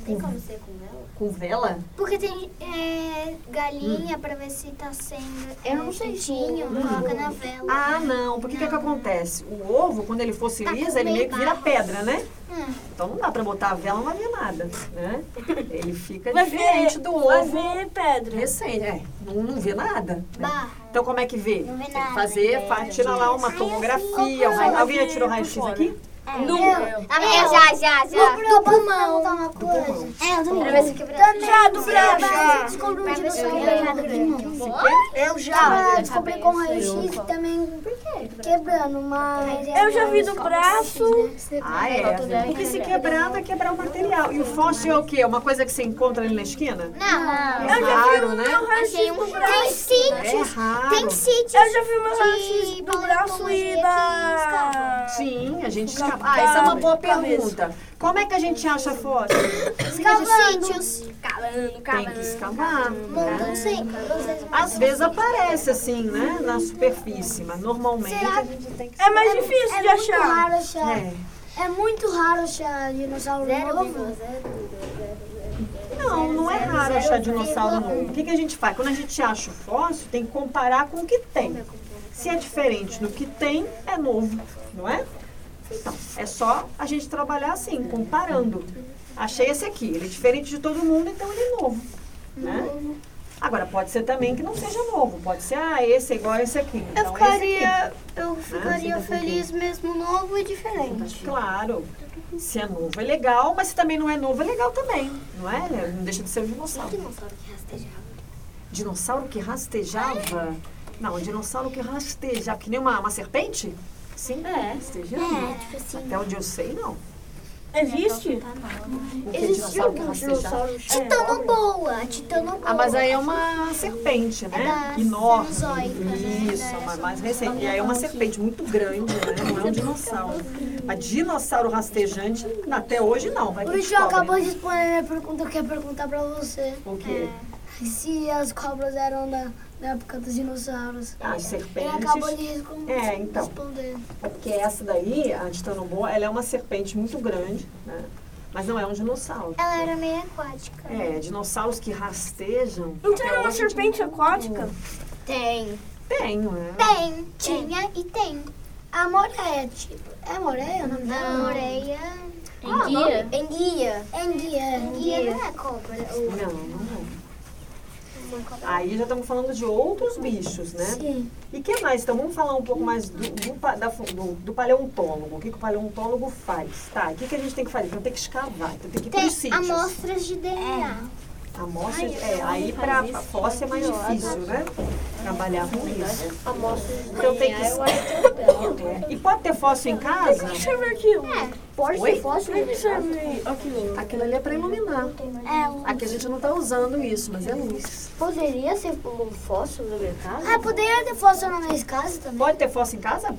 [SPEAKER 9] Tem como ser com vela?
[SPEAKER 3] Com vela?
[SPEAKER 2] Porque tem é, galinha pra ver se tá sendo. Eu não sei coloca na vela.
[SPEAKER 3] Ah, não. Porque o que, que acontece? O ovo, quando ele fossiliza, ele meio que vira pedra, né?
[SPEAKER 5] Hum.
[SPEAKER 3] Então não dá pra botar a vela, não vai ver nada, né? Ele fica
[SPEAKER 5] Vai
[SPEAKER 3] diferente
[SPEAKER 5] ver,
[SPEAKER 3] do
[SPEAKER 5] vai
[SPEAKER 3] ovo
[SPEAKER 5] ver pedra.
[SPEAKER 3] recente. É, não, não vê nada. né?
[SPEAKER 2] Barra.
[SPEAKER 3] Então como é que vê?
[SPEAKER 2] vê
[SPEAKER 3] Tem que
[SPEAKER 2] nada,
[SPEAKER 3] fazer, faz, tira lá uma tomografia. um raio- Alguém já tirou raio-x aqui?
[SPEAKER 5] Nunca.
[SPEAKER 9] Ah, é, já, já, já.
[SPEAKER 2] Do pulmão. uma
[SPEAKER 3] Do pulmão.
[SPEAKER 2] É, eu também.
[SPEAKER 9] Pra ver se quebra.
[SPEAKER 5] Já do braço.
[SPEAKER 2] Descobri um dinossauro.
[SPEAKER 5] Eu já.
[SPEAKER 2] Ah, descobri com raio-x também quebrando, mas...
[SPEAKER 5] Eu já vi do braço.
[SPEAKER 3] Ah, é. Porque se quebrar, vai quebrar o material. E o fóssil é o quê? É Uma coisa que você encontra ali na esquina?
[SPEAKER 9] Não. um
[SPEAKER 3] É raro, né?
[SPEAKER 5] Meu
[SPEAKER 2] um
[SPEAKER 5] raio-x do braço.
[SPEAKER 9] né?
[SPEAKER 3] É raro.
[SPEAKER 5] Eu já vi meu raio-x do braço e da...
[SPEAKER 3] Sim, a gente escapa. Ah, essa é uma boa pergunta. Como é que a gente acha fóssil? assim,
[SPEAKER 9] Calando,
[SPEAKER 3] Tem que
[SPEAKER 9] calando.
[SPEAKER 3] escavar.
[SPEAKER 2] Não
[SPEAKER 3] Né?
[SPEAKER 2] sei, vocês
[SPEAKER 3] Às vezes aparece assim, né? Na superfície, mas normalmente.
[SPEAKER 5] É mais difícil de
[SPEAKER 2] É muito
[SPEAKER 5] achar.
[SPEAKER 2] raro achar.
[SPEAKER 3] É.
[SPEAKER 2] É muito raro achar dinossauro novo.
[SPEAKER 3] Não, não é raro achar dinossauro novo. O que, que a gente faz? Quando a gente acha o fóssil, tem que comparar com o que tem. Se é diferente do que tem, é novo, não é? Então, é só a gente trabalhar assim, comparando. Achei esse aqui, ele é diferente de todo mundo, então ele é novo. Né? Agora, pode ser também que não seja novo. Pode ser, ah, esse é igual a esse aqui. Então,
[SPEAKER 2] Eu
[SPEAKER 3] esse aqui.
[SPEAKER 2] ficaria, eu
[SPEAKER 3] você
[SPEAKER 2] ficaria
[SPEAKER 3] tá com
[SPEAKER 2] feliz mesmo novo e diferente.
[SPEAKER 3] Claro. Se é novo é legal, mas se também não é novo é legal também, não é? Não deixa de ser um dinossauro.
[SPEAKER 9] Dinossauro que rastejava.
[SPEAKER 3] Dinossauro que
[SPEAKER 2] É.
[SPEAKER 3] rastejava? Não, um dinossauro que rastejava, que nem uma, uma serpente? Sim, é. rastejava.
[SPEAKER 2] tipo assim.
[SPEAKER 3] Até onde eu sei, não. né,
[SPEAKER 5] Existe?
[SPEAKER 3] então,
[SPEAKER 5] É.
[SPEAKER 3] O que é dinossauro que rastejava? Então,
[SPEAKER 2] Titanoboa, titanoboa.
[SPEAKER 3] Ah, mas aí é uma serpente, né?
[SPEAKER 2] É da
[SPEAKER 3] Enorme.
[SPEAKER 2] Cenozoica, né?
[SPEAKER 3] Isso,
[SPEAKER 2] Da
[SPEAKER 3] uma mais recente. E aí é uma serpente muito grande, né? Não é um dinossauro. Mas dinossauro rastejante, até hoje não. Vai que
[SPEAKER 2] O João
[SPEAKER 3] descobre.
[SPEAKER 2] acabou de responder a minha pergunta, eu quero perguntar pra você. É,
[SPEAKER 3] O quê?
[SPEAKER 2] Se as cobras eram da, da época dos dinossauros.
[SPEAKER 3] As
[SPEAKER 2] Ele
[SPEAKER 3] serpentes.
[SPEAKER 2] acabou de responder.
[SPEAKER 3] É, então.
[SPEAKER 2] responder.
[SPEAKER 3] Porque essa daí, a Titanoboa, ela é uma serpente muito grande, né? Mas não é um dinossauro.
[SPEAKER 2] Ela era meio aquática.
[SPEAKER 3] É, dinossauros que rastejam.
[SPEAKER 5] Não tem uma serpente aquática?
[SPEAKER 9] Tem.
[SPEAKER 3] Tem, né?
[SPEAKER 2] Tem, É. tinha e tem. A moreia, tipo. É moreia o nome dela? Moreia.
[SPEAKER 9] Enguia.
[SPEAKER 2] Enguia. Enguia. Enguia não é cobra.
[SPEAKER 3] Não, não. é. Aí já estamos falando de outros bichos, né?
[SPEAKER 2] Sim.
[SPEAKER 3] E que mais? Então vamos falar um pouco mais do, do, pa- da fu- do- do paleontólogo. O que, que o paleontólogo faz? Tá, e o que, que a gente tem que fazer? Então tem que escavar, então tem que ir para os
[SPEAKER 2] Tem
[SPEAKER 3] sítios.
[SPEAKER 2] amostras de DNA.
[SPEAKER 3] Amostra, é, aí para fóssil é mais difícil, né? Trabalhar com isso. Então tem que É. E pode ter fóssil em casa?
[SPEAKER 5] Serve aquilo.
[SPEAKER 3] É,
[SPEAKER 5] Pode
[SPEAKER 3] Oi?
[SPEAKER 5] fóssil. Pra que serve aquilo?
[SPEAKER 3] Aquilo ali é para iluminar.
[SPEAKER 2] É,
[SPEAKER 3] Aqui a gente não está usando isso, mas é luz.
[SPEAKER 7] Poderia ser um fóssil no mercado?
[SPEAKER 2] Ah, poderia ter fóssil na minha casa também?
[SPEAKER 3] Pode ter fóssil em casa?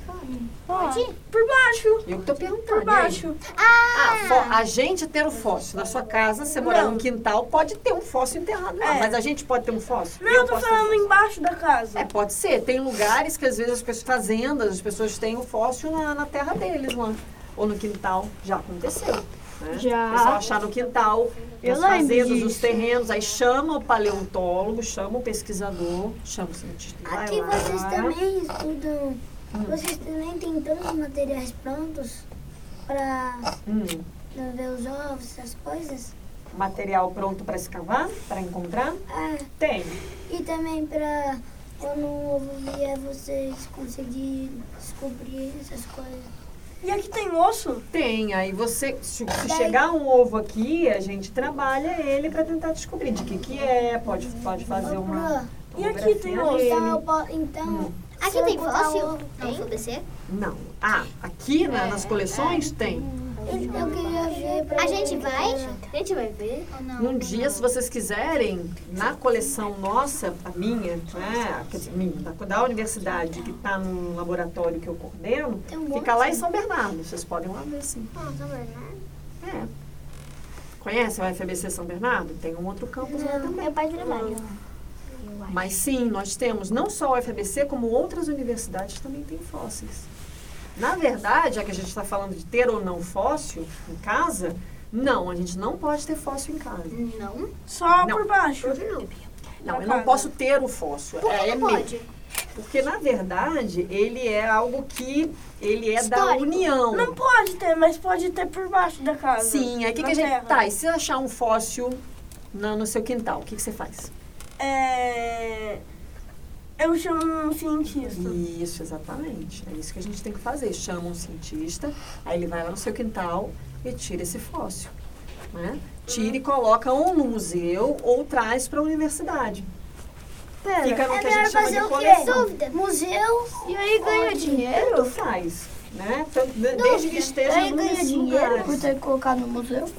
[SPEAKER 5] Por baixo.
[SPEAKER 3] Eu que tô perguntando.
[SPEAKER 5] Por
[SPEAKER 3] e aí?
[SPEAKER 5] baixo.
[SPEAKER 3] Ah, fó- a gente ter um fóssil na sua casa, você morar num quintal, pode ter um fóssil enterrado lá.
[SPEAKER 5] É.
[SPEAKER 3] Mas a gente pode ter um fóssil?
[SPEAKER 5] Não, eu tô
[SPEAKER 3] posso ter
[SPEAKER 5] falando
[SPEAKER 3] fóssil?
[SPEAKER 5] embaixo da casa.
[SPEAKER 3] É, pode ser. Tem lugares que às vezes as pessoas, fazendas, as pessoas têm o fóssil na, na terra deles lá. Ou no quintal. Já aconteceu. Né?
[SPEAKER 7] Já.
[SPEAKER 3] O pessoal achar no quintal,
[SPEAKER 7] Eu
[SPEAKER 3] as
[SPEAKER 7] lembro
[SPEAKER 3] fazendas, os
[SPEAKER 7] disso.
[SPEAKER 3] terrenos. Aí chama o paleontólogo, chama o pesquisador, chama o cientista. vai
[SPEAKER 2] Aqui
[SPEAKER 3] lá.
[SPEAKER 2] vocês também estudam. Vocês também têm todos os materiais prontos para
[SPEAKER 3] Hum,
[SPEAKER 2] ver os ovos, essas coisas?
[SPEAKER 3] material pronto para escavar, para encontrar?
[SPEAKER 2] Ah,
[SPEAKER 3] Tem.
[SPEAKER 2] e também para quando o ovo vier vocês conseguirem descobrir essas coisas.
[SPEAKER 5] E aqui tem osso?
[SPEAKER 3] Tem, aí você, se, se chegar um ovo aqui, a gente trabalha ele para tentar descobrir de que que é, pode, pode fazer
[SPEAKER 2] Ô,
[SPEAKER 3] uma
[SPEAKER 2] Bruno,
[SPEAKER 5] E aqui tem
[SPEAKER 3] tomografia
[SPEAKER 5] ovo?
[SPEAKER 3] dele.
[SPEAKER 2] Então, eu po- então se
[SPEAKER 9] Aqui
[SPEAKER 2] eu
[SPEAKER 9] tem
[SPEAKER 2] botar
[SPEAKER 9] fóssil?
[SPEAKER 7] um
[SPEAKER 2] o ovo-
[SPEAKER 9] Não, vou descer.
[SPEAKER 3] Não. Ah, aqui
[SPEAKER 2] É,
[SPEAKER 3] na- nas coleções tem.
[SPEAKER 2] Eu, eu queria ver pra
[SPEAKER 9] A gente
[SPEAKER 2] ver
[SPEAKER 9] vai?
[SPEAKER 2] que
[SPEAKER 9] A gente vai ver.
[SPEAKER 3] Um dia, se vocês quiserem, na coleção nossa, a minha, né, quer dizer, minha, da, da universidade, que está num laboratório que eu coordeno,
[SPEAKER 2] Tem um monte.
[SPEAKER 3] fica lá em São Bernardo. Vocês podem lá ver, sim.
[SPEAKER 9] Ah,
[SPEAKER 3] É. Conhece o FBC São Bernardo? Tem um outro campus lá também.
[SPEAKER 2] Meu pai trabalha.
[SPEAKER 3] Mas sim, nós temos não só o FBC, como outras universidades também têm fósseis. Na verdade, já que a gente está falando de ter ou não fóssil em casa, não, a gente não pode ter fóssil em casa.
[SPEAKER 9] Não.
[SPEAKER 5] Só
[SPEAKER 3] Não.
[SPEAKER 5] por baixo.
[SPEAKER 3] Não,
[SPEAKER 5] Na
[SPEAKER 3] eu não
[SPEAKER 5] casa.
[SPEAKER 3] posso ter o fóssil.
[SPEAKER 9] Por que
[SPEAKER 3] é,
[SPEAKER 9] não
[SPEAKER 3] meu.
[SPEAKER 9] pode?
[SPEAKER 3] Porque, na verdade, ele é algo que ele é da
[SPEAKER 9] Histórico.
[SPEAKER 3] união.
[SPEAKER 5] Não pode ter, mas pode ter por baixo da casa.
[SPEAKER 3] Sim, aí o que,
[SPEAKER 5] na
[SPEAKER 3] que a gente...
[SPEAKER 5] terra.
[SPEAKER 3] Tá, e se achar um fóssil na- no seu quintal, o que, que você faz?
[SPEAKER 5] É... Eu chamo um cientista.
[SPEAKER 3] Isso, exatamente. É isso que a gente tem que fazer. Chama um cientista, aí ele vai lá no seu quintal e tira esse fóssil. Né? Tira e coloca ou no museu ou traz para a universidade. é Fica no que a gente chama de coleção.
[SPEAKER 2] Museu
[SPEAKER 7] E aí ganha dinheiro?
[SPEAKER 3] Tanto faz. Né? Tanto- de- Desde que esteja
[SPEAKER 2] Aí
[SPEAKER 3] nos
[SPEAKER 7] é
[SPEAKER 2] ganha dinheiro
[SPEAKER 3] lugares.
[SPEAKER 2] por ter colocado no museu?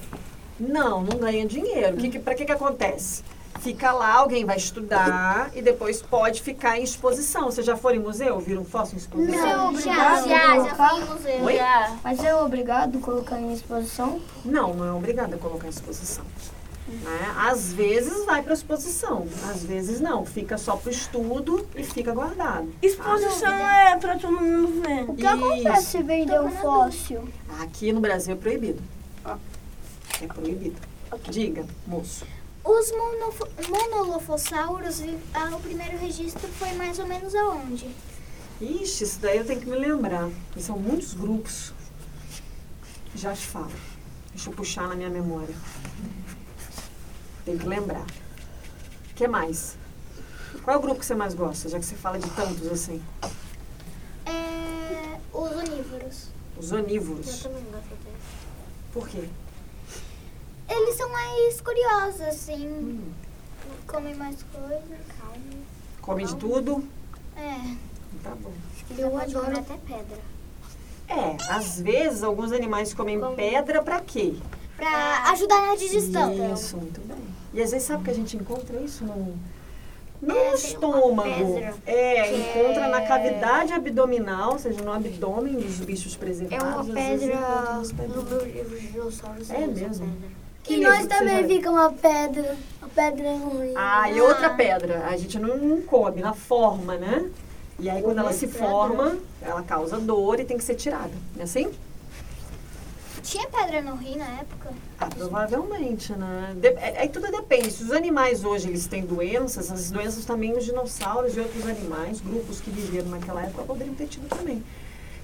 [SPEAKER 3] Não, não ganha dinheiro. Que, que, para que, que acontece? Fica lá, alguém vai estudar e depois pode ficar em exposição. Vocês já foram em museu? Viram fóssil em
[SPEAKER 7] é
[SPEAKER 3] exposição?
[SPEAKER 2] Não.
[SPEAKER 9] Já, já,
[SPEAKER 2] obrigado a
[SPEAKER 9] já
[SPEAKER 2] colocar?
[SPEAKER 9] foi no museu.
[SPEAKER 3] Oi?
[SPEAKER 9] Já.
[SPEAKER 2] Mas é obrigado a colocar em exposição?
[SPEAKER 3] Não, não é obrigada a colocar em exposição. Né? Às vezes vai para exposição, às vezes não. Fica só para o estudo e fica guardado.
[SPEAKER 5] Exposição é pra todo mundo ver.
[SPEAKER 2] O que
[SPEAKER 3] Isso.
[SPEAKER 2] acontece se vender um fóssil?
[SPEAKER 3] Aqui no Brasil é proibido. É proibido. Diga, moço.
[SPEAKER 10] Os monofo- monolofossauros, vi- ah, o primeiro registro foi mais ou menos aonde?
[SPEAKER 3] Ixi, isso daí eu tenho que me lembrar. E são muitos grupos. Já te falo. Deixa eu puxar na minha memória. Tem que lembrar. O que mais? Qual é o grupo que você mais gosta, já que você fala de tantos assim?
[SPEAKER 10] É, os onívoros.
[SPEAKER 3] Os onívoros.
[SPEAKER 9] também gosto desse.
[SPEAKER 3] Por quê?
[SPEAKER 10] Eles são mais curiosos, assim.
[SPEAKER 3] Hum.
[SPEAKER 10] Comem mais coisa, calma.
[SPEAKER 3] Come de tudo?
[SPEAKER 10] É.
[SPEAKER 3] Tá bom.
[SPEAKER 9] Ele pode comer até pedra.
[SPEAKER 3] É, às vezes alguns animais comem pedra pra quê?
[SPEAKER 10] Pra ajudar na digestão.
[SPEAKER 3] Isso, muito bem. E às vezes sabe que a gente encontra isso no, no estômago. É, encontra na cavidade abdominal, ou seja, no abdômen dos bichos preservados. às vezes encontra nos pés.
[SPEAKER 7] livro de dinossauros.
[SPEAKER 3] É mesmo. Que
[SPEAKER 2] E
[SPEAKER 3] livro
[SPEAKER 2] nós
[SPEAKER 3] que você já-
[SPEAKER 2] também fica uma pedra. Uma pedra ruim.
[SPEAKER 3] Ah, e outra pedra. A gente não, não come, ela forma, né? E aí quando ela se forma, ela causa dor e tem que ser tirada. Não é assim?
[SPEAKER 10] Tinha pedra no rim na época?
[SPEAKER 3] Ah, provavelmente, né? De- é- Aí tudo depende. Se os animais hoje eles têm doenças, as doenças também os dinossauros e outros animais, grupos que viveram naquela época, poderiam ter tido também.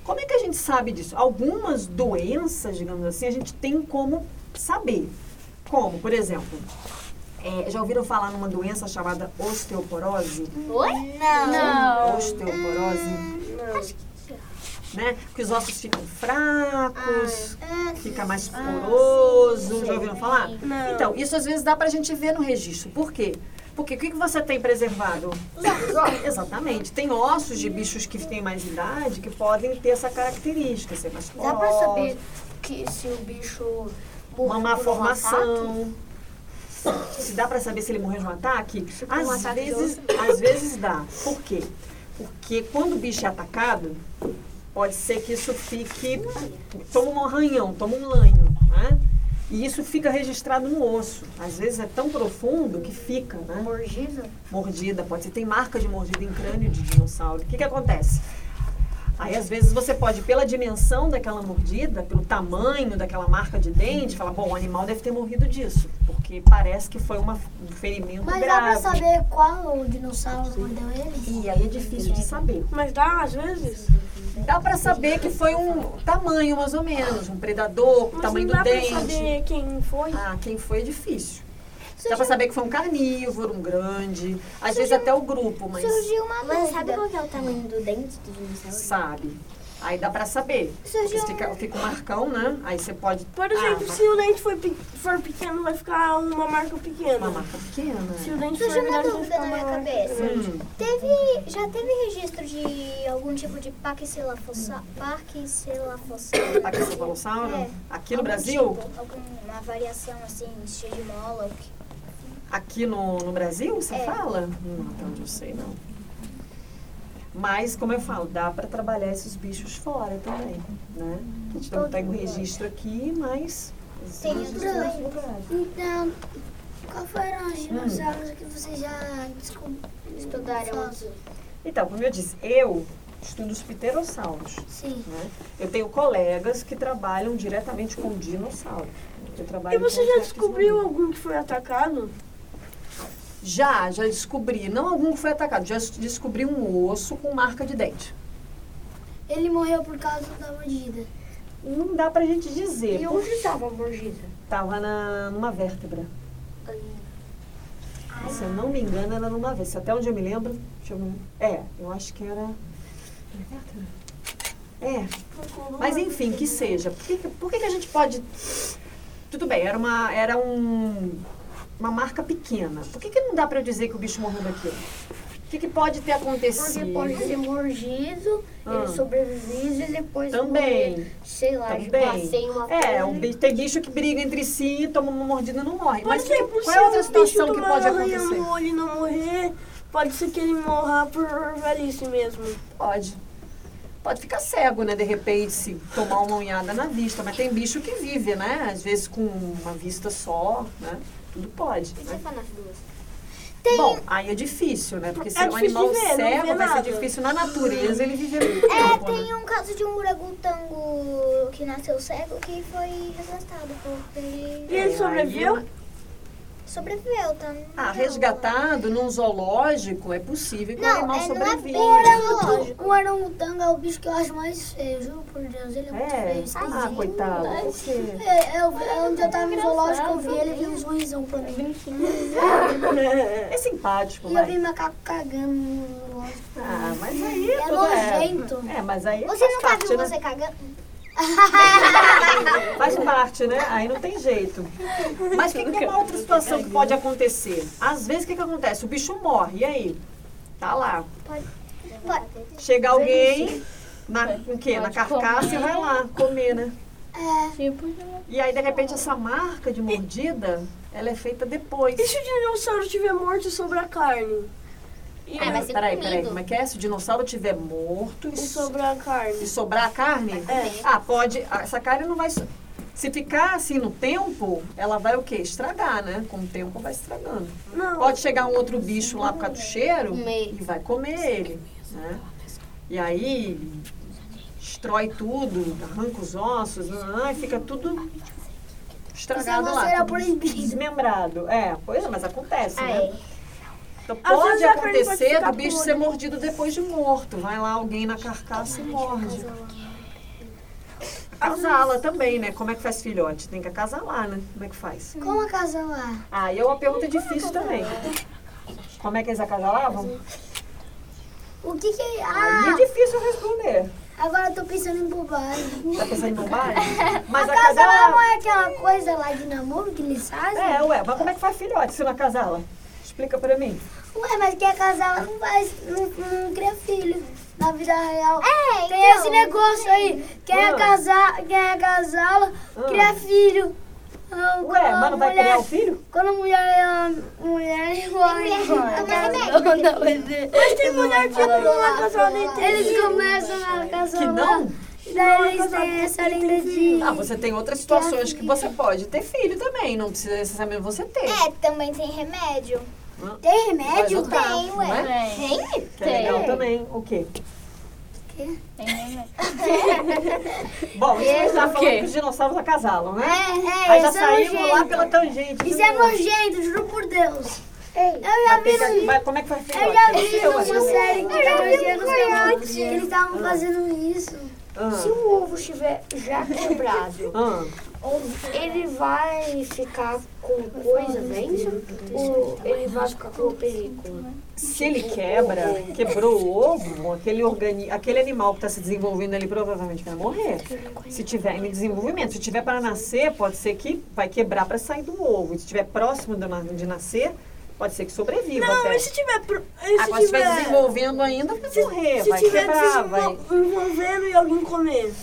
[SPEAKER 3] Como é que a gente sabe disso? Algumas doenças, digamos assim, a gente tem como saber. Como, por exemplo, é, já ouviram falar numa doença chamada osteoporose?
[SPEAKER 9] Não.
[SPEAKER 3] Osteoporose? Né? Que os ossos ficam fracos,
[SPEAKER 7] Ah,
[SPEAKER 3] fica mais poroso. já ouviram falar?
[SPEAKER 5] Não.
[SPEAKER 3] Então, isso às vezes dá pra gente ver no registro. Por quê? Porque o que, que você tem preservado? Exatamente. Tem ossos de bichos que têm mais idade que podem ter essa característica, ser mais poroso,
[SPEAKER 7] Dá pra saber que se o bicho morreu
[SPEAKER 3] uma má
[SPEAKER 7] por um ataque?
[SPEAKER 3] formação. é Se dá pra saber se ele morreu de um ataque?
[SPEAKER 7] um
[SPEAKER 3] Às
[SPEAKER 7] ataque de
[SPEAKER 3] vezes, às vezes dá. Por quê? Porque quando o bicho é atacado, pode ser que isso fique. Toma um arranhão, toma um lanho, né? E isso fica registrado no osso. Às vezes é tão profundo que fica, né?
[SPEAKER 7] Mordida?
[SPEAKER 3] mordida, pode ser, tem marca de mordida em crânio de dinossauro. O que, que acontece? Aí, às vezes, você pode, pela dimensão daquela mordida, pelo tamanho daquela marca de dente, falar, bom, o animal deve ter morrido disso, porque parece que foi uma- um ferimento
[SPEAKER 2] Mas dá pra
[SPEAKER 3] grave.
[SPEAKER 2] saber qual o dinossauro mordeu ele?
[SPEAKER 3] E aí é difícil de saber.
[SPEAKER 5] Mas dá, às vezes.
[SPEAKER 3] Dá pra saber que foi um tamanho, mais ou menos, um predador, o
[SPEAKER 5] Mas
[SPEAKER 3] tamanho
[SPEAKER 5] não dá
[SPEAKER 3] do dente.
[SPEAKER 5] pra saber quem foi.
[SPEAKER 3] Ah, quem foi é difícil. Dá pra saber que foi um carnívoro, um grande, às vezes até o grupo, mas...
[SPEAKER 10] Surgiu uma
[SPEAKER 9] Mas
[SPEAKER 10] dúvida.
[SPEAKER 9] sabe qual que é o tamanho do dente do dinossauro?
[SPEAKER 3] sabe. Aí dá pra saber.
[SPEAKER 10] é
[SPEAKER 3] Porque fica, fica um marcão, né? Aí você pode.
[SPEAKER 5] Por exemplo,
[SPEAKER 3] ah,
[SPEAKER 5] se o dente foi pe- for pequeno, vai ficar uma marca pequena.
[SPEAKER 3] uma marca pequena.
[SPEAKER 5] Se o dente for
[SPEAKER 10] Surgiu uma
[SPEAKER 5] grande, vai
[SPEAKER 10] dúvida
[SPEAKER 5] ficar
[SPEAKER 10] na
[SPEAKER 5] uma
[SPEAKER 10] minha
[SPEAKER 5] marca
[SPEAKER 10] cabeça.
[SPEAKER 3] Hum,
[SPEAKER 10] Teve, já teve registro de algum tipo de paquicelafossa- paquicelafossaurio?
[SPEAKER 3] Paquicefalossauro?
[SPEAKER 10] É.
[SPEAKER 3] Aqui no
[SPEAKER 10] Algum
[SPEAKER 3] Brasil?
[SPEAKER 10] tipo, alguma variação assim, cheia de mola.
[SPEAKER 3] Aqui no, no Brasil, você
[SPEAKER 10] É.
[SPEAKER 3] fala? Não, até onde eu sei, não. Mas, como eu falo, dá pra trabalhar esses bichos fora também, né? A gente não tem o registro aqui, mas...
[SPEAKER 10] Tem
[SPEAKER 2] Então, qual foram os dinossauros que vocês já descobriram?
[SPEAKER 9] Estudaram aqui.
[SPEAKER 3] Então, como eu disse, eu estudo os pterossauros.
[SPEAKER 2] Sim.
[SPEAKER 3] né? Eu tenho colegas que trabalham diretamente com dinossauros. Eu trabalho
[SPEAKER 5] E você
[SPEAKER 3] com
[SPEAKER 5] já
[SPEAKER 3] os
[SPEAKER 5] descobriu algum que foi atacado?
[SPEAKER 3] Já, já descobri. Não algum que foi atacado, já s- descobri um osso com marca de dente.
[SPEAKER 2] Ele morreu por causa da mordida.
[SPEAKER 3] Não dá pra gente dizer.
[SPEAKER 7] E onde estava a mordida?
[SPEAKER 3] Tava na, numa vértebra. Se eu não me engano, era numa vez. Até onde eu me lembro. Deixa eu ver. É, eu acho que era. É. Mas enfim, que seja. Por que, que- por que, que a gente pode. Tudo bem, era uma. Era um. Uma marca pequena. Por que, que não dá pra eu dizer que o bicho morreu daquilo? O que, que pode ter
[SPEAKER 7] Porque
[SPEAKER 3] acontecido?
[SPEAKER 7] pode ser mordido,
[SPEAKER 3] Ah.
[SPEAKER 7] ele sobrevive e depois morre,
[SPEAKER 3] Também.
[SPEAKER 7] sei lá, de passeio.
[SPEAKER 3] Também. Tá É, um bi- tem bicho que briga entre si, toma uma mordida e não morre.
[SPEAKER 5] Por
[SPEAKER 3] Mas que-
[SPEAKER 5] exemplo,
[SPEAKER 3] qual
[SPEAKER 5] se
[SPEAKER 3] é outra
[SPEAKER 5] o bicho
[SPEAKER 3] situação que
[SPEAKER 5] tomar
[SPEAKER 3] pode
[SPEAKER 5] arranhão
[SPEAKER 3] acontecer?
[SPEAKER 5] no olho e não morrer, pode ser que ele morra por velhice mesmo.
[SPEAKER 3] Pode. Pode ficar cego, né? De repente, se tomar uma unhada na vista. Mas tem bicho que vive, né? Às vezes com uma vista só, né? Tudo pode.
[SPEAKER 9] E
[SPEAKER 3] né?
[SPEAKER 9] se for nas duas?
[SPEAKER 3] Bom, aí é difícil, né? Porque se é um
[SPEAKER 5] difícil
[SPEAKER 3] animal
[SPEAKER 5] de ver, não vê
[SPEAKER 3] cego, vai
[SPEAKER 5] nada.
[SPEAKER 3] ser difícil na natureza ele viver muito
[SPEAKER 2] É,
[SPEAKER 3] tempo, né?
[SPEAKER 10] Tem um caso de um orangotango que nasceu cego que foi resgatado porque ele
[SPEAKER 5] E ele sobreviveu?
[SPEAKER 10] sobreviveu, tá?
[SPEAKER 3] Ah, resgatado num zoológico é possível que o
[SPEAKER 2] Não,
[SPEAKER 3] animal
[SPEAKER 2] é, não é
[SPEAKER 3] sobreviva.
[SPEAKER 2] bem O orangotango é o bicho que eu acho mais feio, juro por Deus. Ele é muito
[SPEAKER 3] É,
[SPEAKER 2] feio.
[SPEAKER 3] ah, coitado. Por quê?
[SPEAKER 2] É, eu, é onde eu tava no zoológico, eu vi ele e vi um sorrisão pra mim.
[SPEAKER 3] É simpático,
[SPEAKER 2] E eu
[SPEAKER 3] mas.
[SPEAKER 2] vi macaco cagando no zoológico.
[SPEAKER 3] Ah, mas aí
[SPEAKER 2] É
[SPEAKER 3] tudo
[SPEAKER 2] nojento.
[SPEAKER 3] É, mas aí
[SPEAKER 10] Você
[SPEAKER 3] faz
[SPEAKER 10] nunca
[SPEAKER 3] parte,
[SPEAKER 10] viu
[SPEAKER 3] né?
[SPEAKER 10] você cagando?
[SPEAKER 3] Faz parte, né? Aí não tem jeito. Mas que, que tem uma outra situação que pode acontecer? Às vezes, o que, que acontece? O bicho morre, e aí? Tá lá. Chega alguém, na, em quê? na carcaça e vai lá comer, né?
[SPEAKER 10] É.
[SPEAKER 3] E aí, de repente, essa marca de mordida, ela é feita depois.
[SPEAKER 5] E se o dinossauro tiver morto sobre a carne? E
[SPEAKER 9] Ah, vai ser
[SPEAKER 3] peraí, peraí,
[SPEAKER 9] comido.
[SPEAKER 3] como é que é? Se o dinossauro tiver morto e,
[SPEAKER 5] e sobre a
[SPEAKER 3] so- e
[SPEAKER 5] carne?
[SPEAKER 3] sobrar a carne?
[SPEAKER 5] É.
[SPEAKER 3] Ah, pode. ah, Essa carne não vai. so- Se ficar assim no tempo, ela vai o quê? Estragar, né? Com o tempo vai estragando.
[SPEAKER 5] Não.
[SPEAKER 3] Pode chegar um outro bicho lá por causa do cheiro
[SPEAKER 9] Comer.
[SPEAKER 3] e vai comer ele. Né? E aí destrói tudo, arranca os ossos, nananã, e fica tudo estragado lá.
[SPEAKER 2] será
[SPEAKER 3] tudo
[SPEAKER 2] proibido.
[SPEAKER 3] Desmembrado. É, pois é, mas acontece, né? Então
[SPEAKER 5] Às
[SPEAKER 3] pode
[SPEAKER 5] vezes a carne pode
[SPEAKER 3] acontecer
[SPEAKER 5] ficar
[SPEAKER 3] do bicho
[SPEAKER 5] podre.
[SPEAKER 3] ser mordido depois de morto. Vai lá alguém na carcaça e morde. Acasala também, né? Como é que faz filhote? Tem que acasalar, né? Como é que faz?
[SPEAKER 2] Como a casa lá?
[SPEAKER 3] Aí é uma pergunta difícil também. Como é que eles acasalavam?
[SPEAKER 2] O que que é?
[SPEAKER 3] Aí é
[SPEAKER 2] Ah,
[SPEAKER 3] difícil responder.
[SPEAKER 2] agora eu tô pensando em bobagem.
[SPEAKER 3] Tá pensando em bobagem? Mas
[SPEAKER 2] Casa lá não
[SPEAKER 3] acasala.
[SPEAKER 2] é aquela coisa lá de namoro que eles fazem?
[SPEAKER 3] É, ué, mas como é que faz filhote se não acasala? Explica pra mim.
[SPEAKER 2] Ué, mas quem é casal não faz, não, não cria filho na vida real.
[SPEAKER 10] É,
[SPEAKER 2] Tem esse negócio aí. Quem é,
[SPEAKER 3] Ah.
[SPEAKER 2] casal, quem é casal, cria filho. Ah, quando
[SPEAKER 3] Ué,
[SPEAKER 2] a
[SPEAKER 3] mas não vai
[SPEAKER 2] mulher-
[SPEAKER 3] criar o filho?
[SPEAKER 2] Quando a mulher é a mulher morre.
[SPEAKER 5] Mas tem mulher que não é casada e tem
[SPEAKER 2] Eles
[SPEAKER 5] filho.
[SPEAKER 2] começam a casar.
[SPEAKER 3] Que não?
[SPEAKER 7] é
[SPEAKER 5] é
[SPEAKER 2] Daí eles têm essa linda de.
[SPEAKER 3] Ah, você tem outras situações que você pode ter filho também, não precisa necessariamente você ter.
[SPEAKER 10] É, também tem remédio.
[SPEAKER 2] Tem remédio?
[SPEAKER 3] Vai lutar,
[SPEAKER 10] tem,
[SPEAKER 3] não
[SPEAKER 10] ué.
[SPEAKER 3] é?
[SPEAKER 10] Tem?
[SPEAKER 3] Que é legal também. O quê? Bom, isso nós já falamos que os dinossauros acasalam, né?
[SPEAKER 2] É,
[SPEAKER 3] Aí já
[SPEAKER 2] isso é
[SPEAKER 3] saímos lá
[SPEAKER 2] nojento.
[SPEAKER 3] pela tangente.
[SPEAKER 2] Isso é nojento, juro por Deus. Eu já vi um no
[SPEAKER 3] Mas como é que vai filhote? é
[SPEAKER 2] Eu já vi
[SPEAKER 3] Tem que ser,
[SPEAKER 2] numa
[SPEAKER 3] ué.
[SPEAKER 2] série que
[SPEAKER 10] já vi
[SPEAKER 2] trazia
[SPEAKER 10] um
[SPEAKER 2] nos canais que eles estavam fazendo isso.
[SPEAKER 3] Ah,
[SPEAKER 7] Se o ovo estiver já quebrado,
[SPEAKER 3] ah.
[SPEAKER 7] ele vai ficar com coisa dentro? Ou ele vai ficar com película?
[SPEAKER 3] Se ele quebra, quebrou o ovo, aquele, organi aquele animal que está se desenvolvendo ali provavelmente vai morrer. Se tiver em desenvolvimento, se tiver para nascer, pode ser que vai quebrar para sair do ovo. E Se tiver próximo do na- de nascer, pode ser que sobreviva
[SPEAKER 5] Não,
[SPEAKER 3] até.
[SPEAKER 5] e se tiver... pro- e se
[SPEAKER 3] Agora, Ah, se estiver
[SPEAKER 5] tiver-
[SPEAKER 3] desenvolvendo ainda, vai morrer,
[SPEAKER 5] Se
[SPEAKER 3] vai
[SPEAKER 5] tiver
[SPEAKER 3] quebrar, vai...
[SPEAKER 5] desenvolvendo e alguém comer.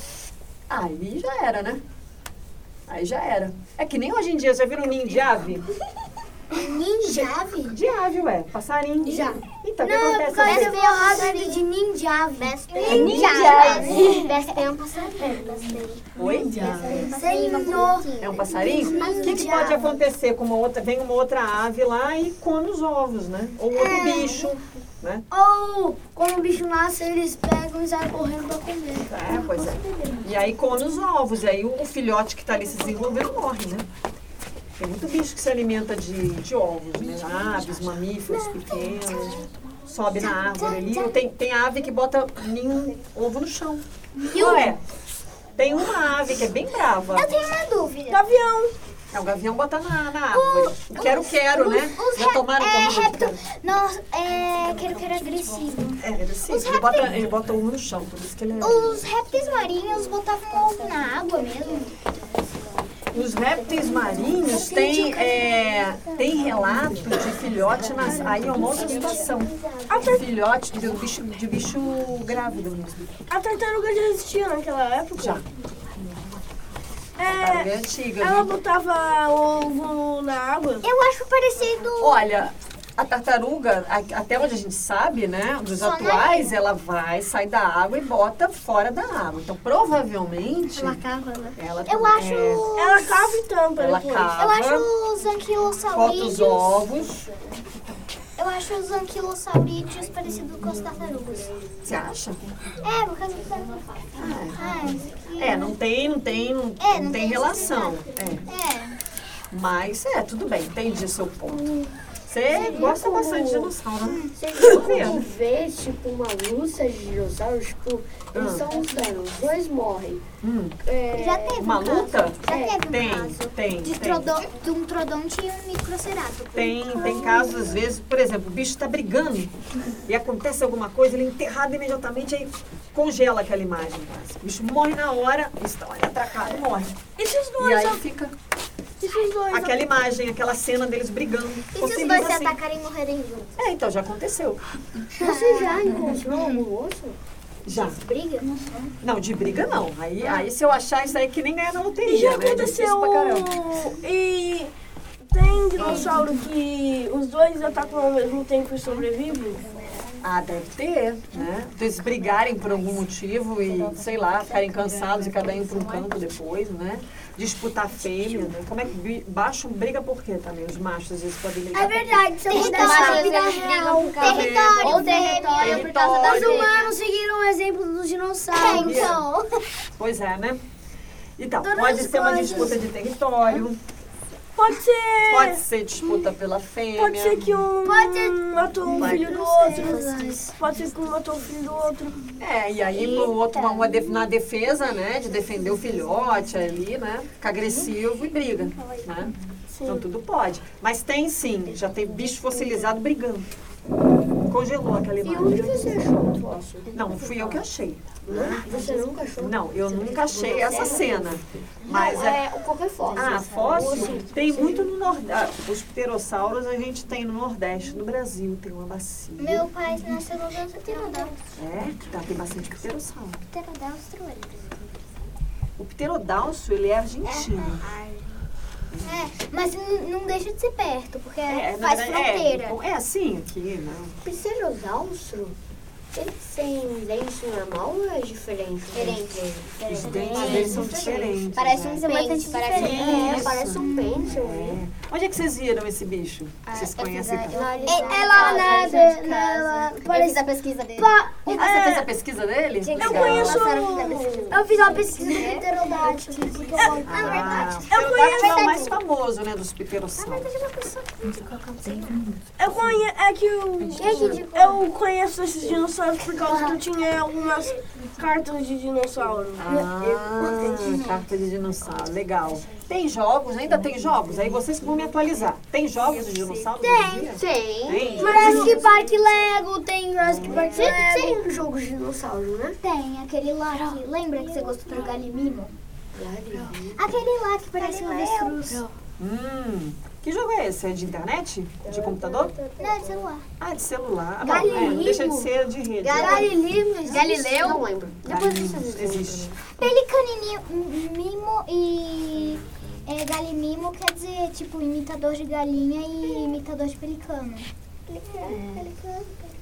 [SPEAKER 3] Aí já era, né? Aí já era. É que nem hoje em dia, já viram ninho de ave?
[SPEAKER 2] Ninjave?
[SPEAKER 3] De ave, ué. Passarinho. Já. Então, o que
[SPEAKER 2] Não, é
[SPEAKER 3] acontece?
[SPEAKER 2] porque eu
[SPEAKER 3] Às
[SPEAKER 2] vou rápido de ninjave.
[SPEAKER 3] vezes-
[SPEAKER 9] Besta é um passarinho.
[SPEAKER 3] Oi?
[SPEAKER 2] Senhor.
[SPEAKER 3] É um passarinho? O que, que pode acontecer? Com uma outra, vem uma outra ave lá e come os ovos, né? Ou outro bicho, né?
[SPEAKER 2] Ou quando o bicho nasce, eles pegam e saem correndo pra comer.
[SPEAKER 3] É, pois é. E aí come os ovos, e aí o, o filhote que está ali se desenvolvendo morre, né? Tem muito bicho que se alimenta de, de ovos, né? Aves, mamíferos pequenos, sobe na árvore ali. Ou Tem, tem ave que bota ninho, ovo no chão. Não é? Tem uma ave que é bem brava.
[SPEAKER 10] Uma dúvida.
[SPEAKER 5] Gavião.
[SPEAKER 3] É, o gavião Uh, bota na, na árvore. quero, quero, né? Já tomaram como
[SPEAKER 10] Repto... Nossa, é... Quero que era agressivo.
[SPEAKER 3] É, ele, sim, ele, bota, ele bota o ovo no chão, por isso que ele é.
[SPEAKER 10] Os répteis marinhos botavam ovo na água mesmo.
[SPEAKER 3] Os répteis marinhos têm, é, tem relato de filhote nas. Aí é uma outra situação. De filhote de bicho, de bicho grávido mesmo.
[SPEAKER 5] A tartaruga já existia naquela época?
[SPEAKER 3] Já.
[SPEAKER 5] É,
[SPEAKER 3] É antiga.
[SPEAKER 5] ela
[SPEAKER 3] viu?
[SPEAKER 5] botava ovo na água.
[SPEAKER 10] Eu acho parecido...
[SPEAKER 3] Olha. A tartaruga, a- até onde a gente sabe, né, dos atuais, ela vai, sai da água e bota fora da água. Então, provavelmente, ela... é,
[SPEAKER 10] Eu acho...
[SPEAKER 5] Ela cava e tampa
[SPEAKER 3] ela
[SPEAKER 5] depois.
[SPEAKER 10] Eu
[SPEAKER 3] cava,
[SPEAKER 10] acho os
[SPEAKER 3] bota os
[SPEAKER 10] anquilossaurídeos...
[SPEAKER 3] ovos.
[SPEAKER 10] Eu acho os anquilossaurídeos parecidos com as tartarugas.
[SPEAKER 3] Você acha?
[SPEAKER 10] É, por causa do tartaruga. Ah, isso aqui...
[SPEAKER 3] É, não tem, não tem, não,
[SPEAKER 10] É,
[SPEAKER 3] não tem
[SPEAKER 10] não tem
[SPEAKER 3] relação.
[SPEAKER 10] É.
[SPEAKER 3] É. Mas, é, tudo bem, entendi seu ponto. Você gosta bastante de dinossauro, né? Tô vendo.
[SPEAKER 7] vê, tipo, uma luta de dinossauros, tipo, eles
[SPEAKER 3] Ah.
[SPEAKER 7] são uns danos, dois morrem.
[SPEAKER 3] Hum,
[SPEAKER 7] É,
[SPEAKER 11] Já teve
[SPEAKER 3] Uma
[SPEAKER 11] um caso.
[SPEAKER 3] luta?
[SPEAKER 11] Já teve um
[SPEAKER 3] Tem,
[SPEAKER 11] caso.
[SPEAKER 3] tem,
[SPEAKER 11] De,
[SPEAKER 3] tem.
[SPEAKER 11] trodo- de um trodonte e um microceratops.
[SPEAKER 3] Tem, tem casos, às vezes, por exemplo, o bicho está brigando e acontece alguma coisa, ele é enterrado imediatamente, aí congela aquela imagem. quase. O bicho morre na hora, está olha, atracado, morre.
[SPEAKER 5] Esses
[SPEAKER 3] E
[SPEAKER 5] dois,
[SPEAKER 3] aí fica
[SPEAKER 5] esses dois.
[SPEAKER 3] aquela imagem, aquela cena deles brigando.
[SPEAKER 11] E se os
[SPEAKER 3] Fossiliza
[SPEAKER 11] dois se
[SPEAKER 3] assim.
[SPEAKER 11] atacarem e morrerem juntos?
[SPEAKER 3] É, então já aconteceu.
[SPEAKER 7] Você já encontrou um osso?
[SPEAKER 3] Já.
[SPEAKER 11] Briga?
[SPEAKER 3] Não, de briga não. Aí, aí se eu achar isso aí é que nem ganha na loteria.
[SPEAKER 5] E já
[SPEAKER 3] né? É difícil
[SPEAKER 5] aconteceu.
[SPEAKER 3] pra caramba.
[SPEAKER 5] E tem dinossauro que os dois atacam ao mesmo tempo e sobrevivem?
[SPEAKER 3] Ah, deve ter, né? Eles brigarem por algum motivo e, sei lá, ficarem cansados e cada um para um canto depois, né? Disputar fêmea, né? Como é que bi- baixo briga por quê também? Os machos às vezes podem
[SPEAKER 5] É
[SPEAKER 3] brigar. por quê?
[SPEAKER 7] verdade, são dinossauros da
[SPEAKER 2] né?
[SPEAKER 7] real.
[SPEAKER 11] Território!
[SPEAKER 7] Ou território por causa das
[SPEAKER 3] Território.
[SPEAKER 7] humanos seguiram o exemplo dos
[SPEAKER 11] É,
[SPEAKER 7] dinossauros.
[SPEAKER 11] então.
[SPEAKER 3] Pois é, né? Então,
[SPEAKER 5] Todas
[SPEAKER 3] pode
[SPEAKER 5] as
[SPEAKER 3] ser uma
[SPEAKER 5] coisas.
[SPEAKER 3] disputa de território,
[SPEAKER 5] Pode ser.
[SPEAKER 3] pode ser disputa pela fêmea.
[SPEAKER 5] Pode ser que um matou um filho do outro. Pode ser que um matou o filho do outro.
[SPEAKER 3] É, e aí o outro uma, uma def- na defesa, né? De defender o filhote ali, né? Fica agressivo e briga, né? Então tudo pode. Mas tem sim, já tem bicho fossilizado brigando. Congelou aquela imagem.
[SPEAKER 7] Você achou o osso?
[SPEAKER 3] Não, fui eu que achei.
[SPEAKER 7] Você nunca achou?
[SPEAKER 3] Não, eu nunca achei essa cena. Mas é.
[SPEAKER 7] qualquer fóssil.
[SPEAKER 3] Ah, fóssil tem muito no Nordeste. Ah, Os pterossauros a gente tem no Nordeste do Brasil, tem uma bacia.
[SPEAKER 2] Meu pai nasceu no Brasil, um pterodáustro.
[SPEAKER 3] É, tá, tem bastante pterossauro.
[SPEAKER 2] um Pterodáustro ele.
[SPEAKER 3] O pterodalso, ele é argentino.
[SPEAKER 2] É, mas n- não deixa de ser perto, porque
[SPEAKER 3] na
[SPEAKER 2] faz
[SPEAKER 3] verdade,
[SPEAKER 2] fronteira.
[SPEAKER 3] É, então, é assim aqui, né?
[SPEAKER 7] Pseudosaustro? Eles têm dente normal ou é diferente?
[SPEAKER 3] Os dentes deles são diferentes.
[SPEAKER 11] Parece
[SPEAKER 3] né?
[SPEAKER 11] um pente, parece
[SPEAKER 3] diferente.
[SPEAKER 7] É,
[SPEAKER 3] Isso.
[SPEAKER 7] parece um pente.
[SPEAKER 3] É. Onde é que vocês viram esse bicho? Vocês conhecem? Ah, tanto?
[SPEAKER 2] É,
[SPEAKER 7] É,
[SPEAKER 11] Ela nada,
[SPEAKER 3] É.
[SPEAKER 11] nela. Eu fiz a pesquisa dele.
[SPEAKER 3] Ah, você fez a pesquisa dele?
[SPEAKER 5] Eu conheço.
[SPEAKER 7] Eu fiz uma pesquisa do pterodáctilo.
[SPEAKER 3] Ah, eu conheço. é o mais famoso, né, dos pterossauros.
[SPEAKER 5] Eu conheço. É que eu. Eu conheço esses dinossauros por causa que eu tinha algumas cartas de dinossauro.
[SPEAKER 3] Ah, carta de dinossauro, legal. Tem jogos, ainda tem jogos? Aí vocês vão me atualizar. Tem jogos de dinossauro? Tem,
[SPEAKER 7] Tem.
[SPEAKER 3] tem.
[SPEAKER 7] um Jurassic Park Lego, tem Jurassic Park Lego. Tem um jogo de dinossauro, né?
[SPEAKER 2] É Tem aquele lá que. Lembra que você gostou do Galimimo? Aquele lá que parece um avestruz.
[SPEAKER 3] Hum, que jogo é esse? É de internet? De computador?
[SPEAKER 2] Não, de celular.
[SPEAKER 3] Ah, de celular. Ah, bom, é, não deixa de ser de rede.
[SPEAKER 7] Galileu. Galileu? Não lembro.
[SPEAKER 3] Depois Existe.
[SPEAKER 2] Pelicaninho, m- mimo e é, galimimo quer dizer tipo imitador de galinha e imitador de pelicano.